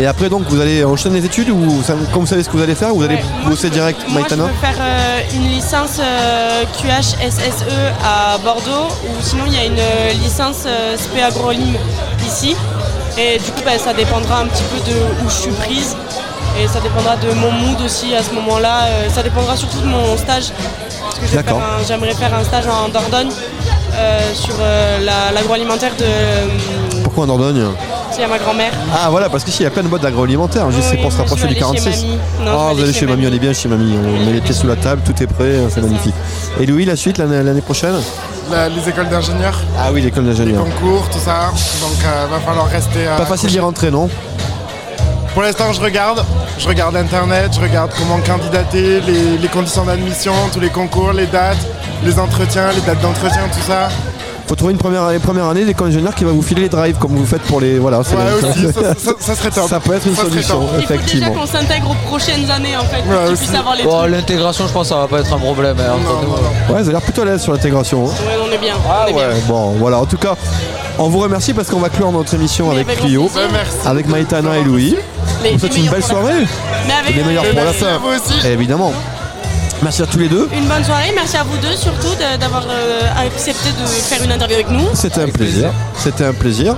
Speaker 13: Et après donc vous allez enchaîner les études ou ça- comme vous savez ce que vous allez faire, vous allez
Speaker 19: Ouais.
Speaker 13: bosser direct
Speaker 19: Moi, je
Speaker 13: Maïtana
Speaker 19: veux faire euh, une licence euh, QHSSE E à Bordeaux ou sinon il y a une euh, licence euh, SP Agrolim ici. Et du coup, bah, ça dépendra un petit peu de où je suis prise et ça dépendra de mon mood aussi à ce moment-là. Euh, ça dépendra surtout de mon stage. Parce que je vais
Speaker 13: D'accord.
Speaker 19: faire un- j'aimerais faire un stage en Dordogne euh, sur euh, la- l'agroalimentaire de.
Speaker 13: Pourquoi en Dordogne
Speaker 19: C'est à ma grand-mère.
Speaker 13: Ah voilà parce qu'ici il y a plein de boîtes d'agroalimentaire, juste
Speaker 19: Ah
Speaker 13: c'est
Speaker 19: Oui,
Speaker 13: pour
Speaker 19: oui,
Speaker 13: se
Speaker 19: moi, je
Speaker 13: rapprocher
Speaker 19: vais
Speaker 13: du
Speaker 19: aller chez
Speaker 13: 46.
Speaker 19: mamie. Non, je vais
Speaker 13: Ah vous
Speaker 19: aller
Speaker 13: allez
Speaker 19: chez
Speaker 13: chez mamie, on est bien chez mamie, on met les pieds sous la table, tout est prêt, hein, c'est magnifique. Et Louis la suite l'année l'année prochaine
Speaker 20: La- les écoles d'ingénieurs,
Speaker 13: Ah oui l'école d'ingénieur.
Speaker 20: concours, tout ça. Donc euh, va falloir rester. euh,
Speaker 13: Pas facile d'y rentrer non
Speaker 20: Pour l'instant, je regarde. Je regarde Internet, je regarde comment candidater, les, les conditions d'admission, tous les concours, les dates, les entretiens, les dates d'entretien, tout ça.
Speaker 13: Faut trouver une première, une première année d'école d'ingénieur qui va vous filer les drives comme vous faites pour les. Voilà, c'est
Speaker 20: Ouais,
Speaker 13: le-
Speaker 20: aussi, ça- ça- ça serait top.
Speaker 13: Ça peut être une
Speaker 20: Ça serait
Speaker 13: solution,
Speaker 20: top. Il faut déjà
Speaker 13: effectivement. Oh,
Speaker 19: Qu'on s'intègre aux prochaines années en fait, pour qu'ils puissent avoir les
Speaker 21: Bon,
Speaker 19: trucs.
Speaker 21: l'intégration, je pense, ça va pas être un problème. hein, entre nous.
Speaker 13: Ouais, vous avez l'air plutôt à l'aise sur l'intégration. hein.
Speaker 19: Ouais, on est bien.
Speaker 13: Ah ouais, bon, voilà. En tout cas, on vous remercie parce qu'on va clore notre émission avec
Speaker 19: avec
Speaker 13: Clio,
Speaker 19: grand plaisir. Ouais, merci.
Speaker 13: avec Maïtana et Louis.
Speaker 19: Les-
Speaker 13: Vous faites
Speaker 19: les
Speaker 13: une
Speaker 19: meilleurs
Speaker 13: belle
Speaker 19: pour la
Speaker 13: soirée.
Speaker 19: Mais avec-
Speaker 13: les meilleurs
Speaker 19: Et
Speaker 13: pour la
Speaker 19: merci
Speaker 13: fin.
Speaker 19: à vous aussi.
Speaker 13: Et Évidemment. Merci à tous les deux.
Speaker 19: Une bonne soirée, merci à vous deux surtout de- d'avoir euh, accepté de faire une interview avec nous.
Speaker 13: C'était un plaisir. C'était un plaisir.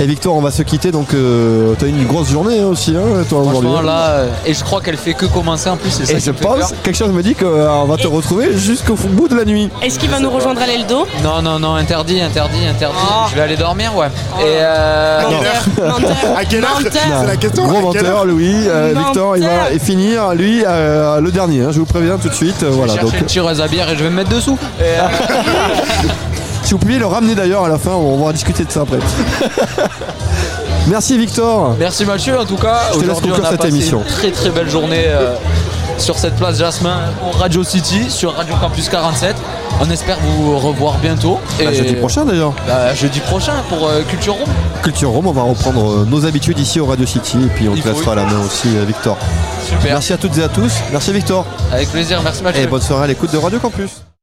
Speaker 13: Et Victor, on va se quitter. Donc, euh, t'as eu une grosse journée hein, aussi, hein, toi aujourd'hui.
Speaker 1: Franchement, là, euh, et je crois qu'elle fait que commencer en plus. c'est ça
Speaker 13: Et
Speaker 1: qui
Speaker 13: je
Speaker 1: me fait peur.
Speaker 13: pense, quelque chose me dit qu'on va te retrouver jusqu'au bout de la nuit.
Speaker 19: Est-ce qu'il va nous rejoindre à l'Eldo Ah.
Speaker 1: Non, non, non, interdit, interdit, interdit. Je vais aller dormir, ouais. Et euh...
Speaker 20: À quelle heure C'est la question.
Speaker 13: Gros
Speaker 20: à quelle
Speaker 13: menteur,
Speaker 20: heure
Speaker 13: Louis. Euh, Victor, il va finir, lui, euh, le dernier. hein, je vous préviens tout de suite. euh, voilà.
Speaker 1: chercher
Speaker 13: Donc,
Speaker 1: une tireuse à bière et je vais me mettre dessous. Et, euh,
Speaker 13: si vous pouviez le ramener d'ailleurs à la fin, on va discuter de ça après. Merci, Victor.
Speaker 21: Merci Mathieu, en tout cas,
Speaker 13: Je te laisse
Speaker 21: aujourd'hui on
Speaker 13: conclure
Speaker 21: a
Speaker 13: cette
Speaker 21: passé
Speaker 13: émission.
Speaker 21: une très très belle journée euh, sur cette place Jasmin au Radio City, sur Radio Campus 47.
Speaker 1: on espère vous revoir bientôt.
Speaker 13: Bah, jeudi prochain, d'ailleurs.
Speaker 1: Bah, jeudi prochain pour euh, Culture Room.
Speaker 13: Culture Rome, on va reprendre euh, nos habitudes ici au Radio City et puis on te laissera la main aussi, euh, Victor. Merci à toutes et à tous. Merci, Victor.
Speaker 1: Avec plaisir, merci Mathieu.
Speaker 13: Et bonne soirée à l'écoute de Radio Campus.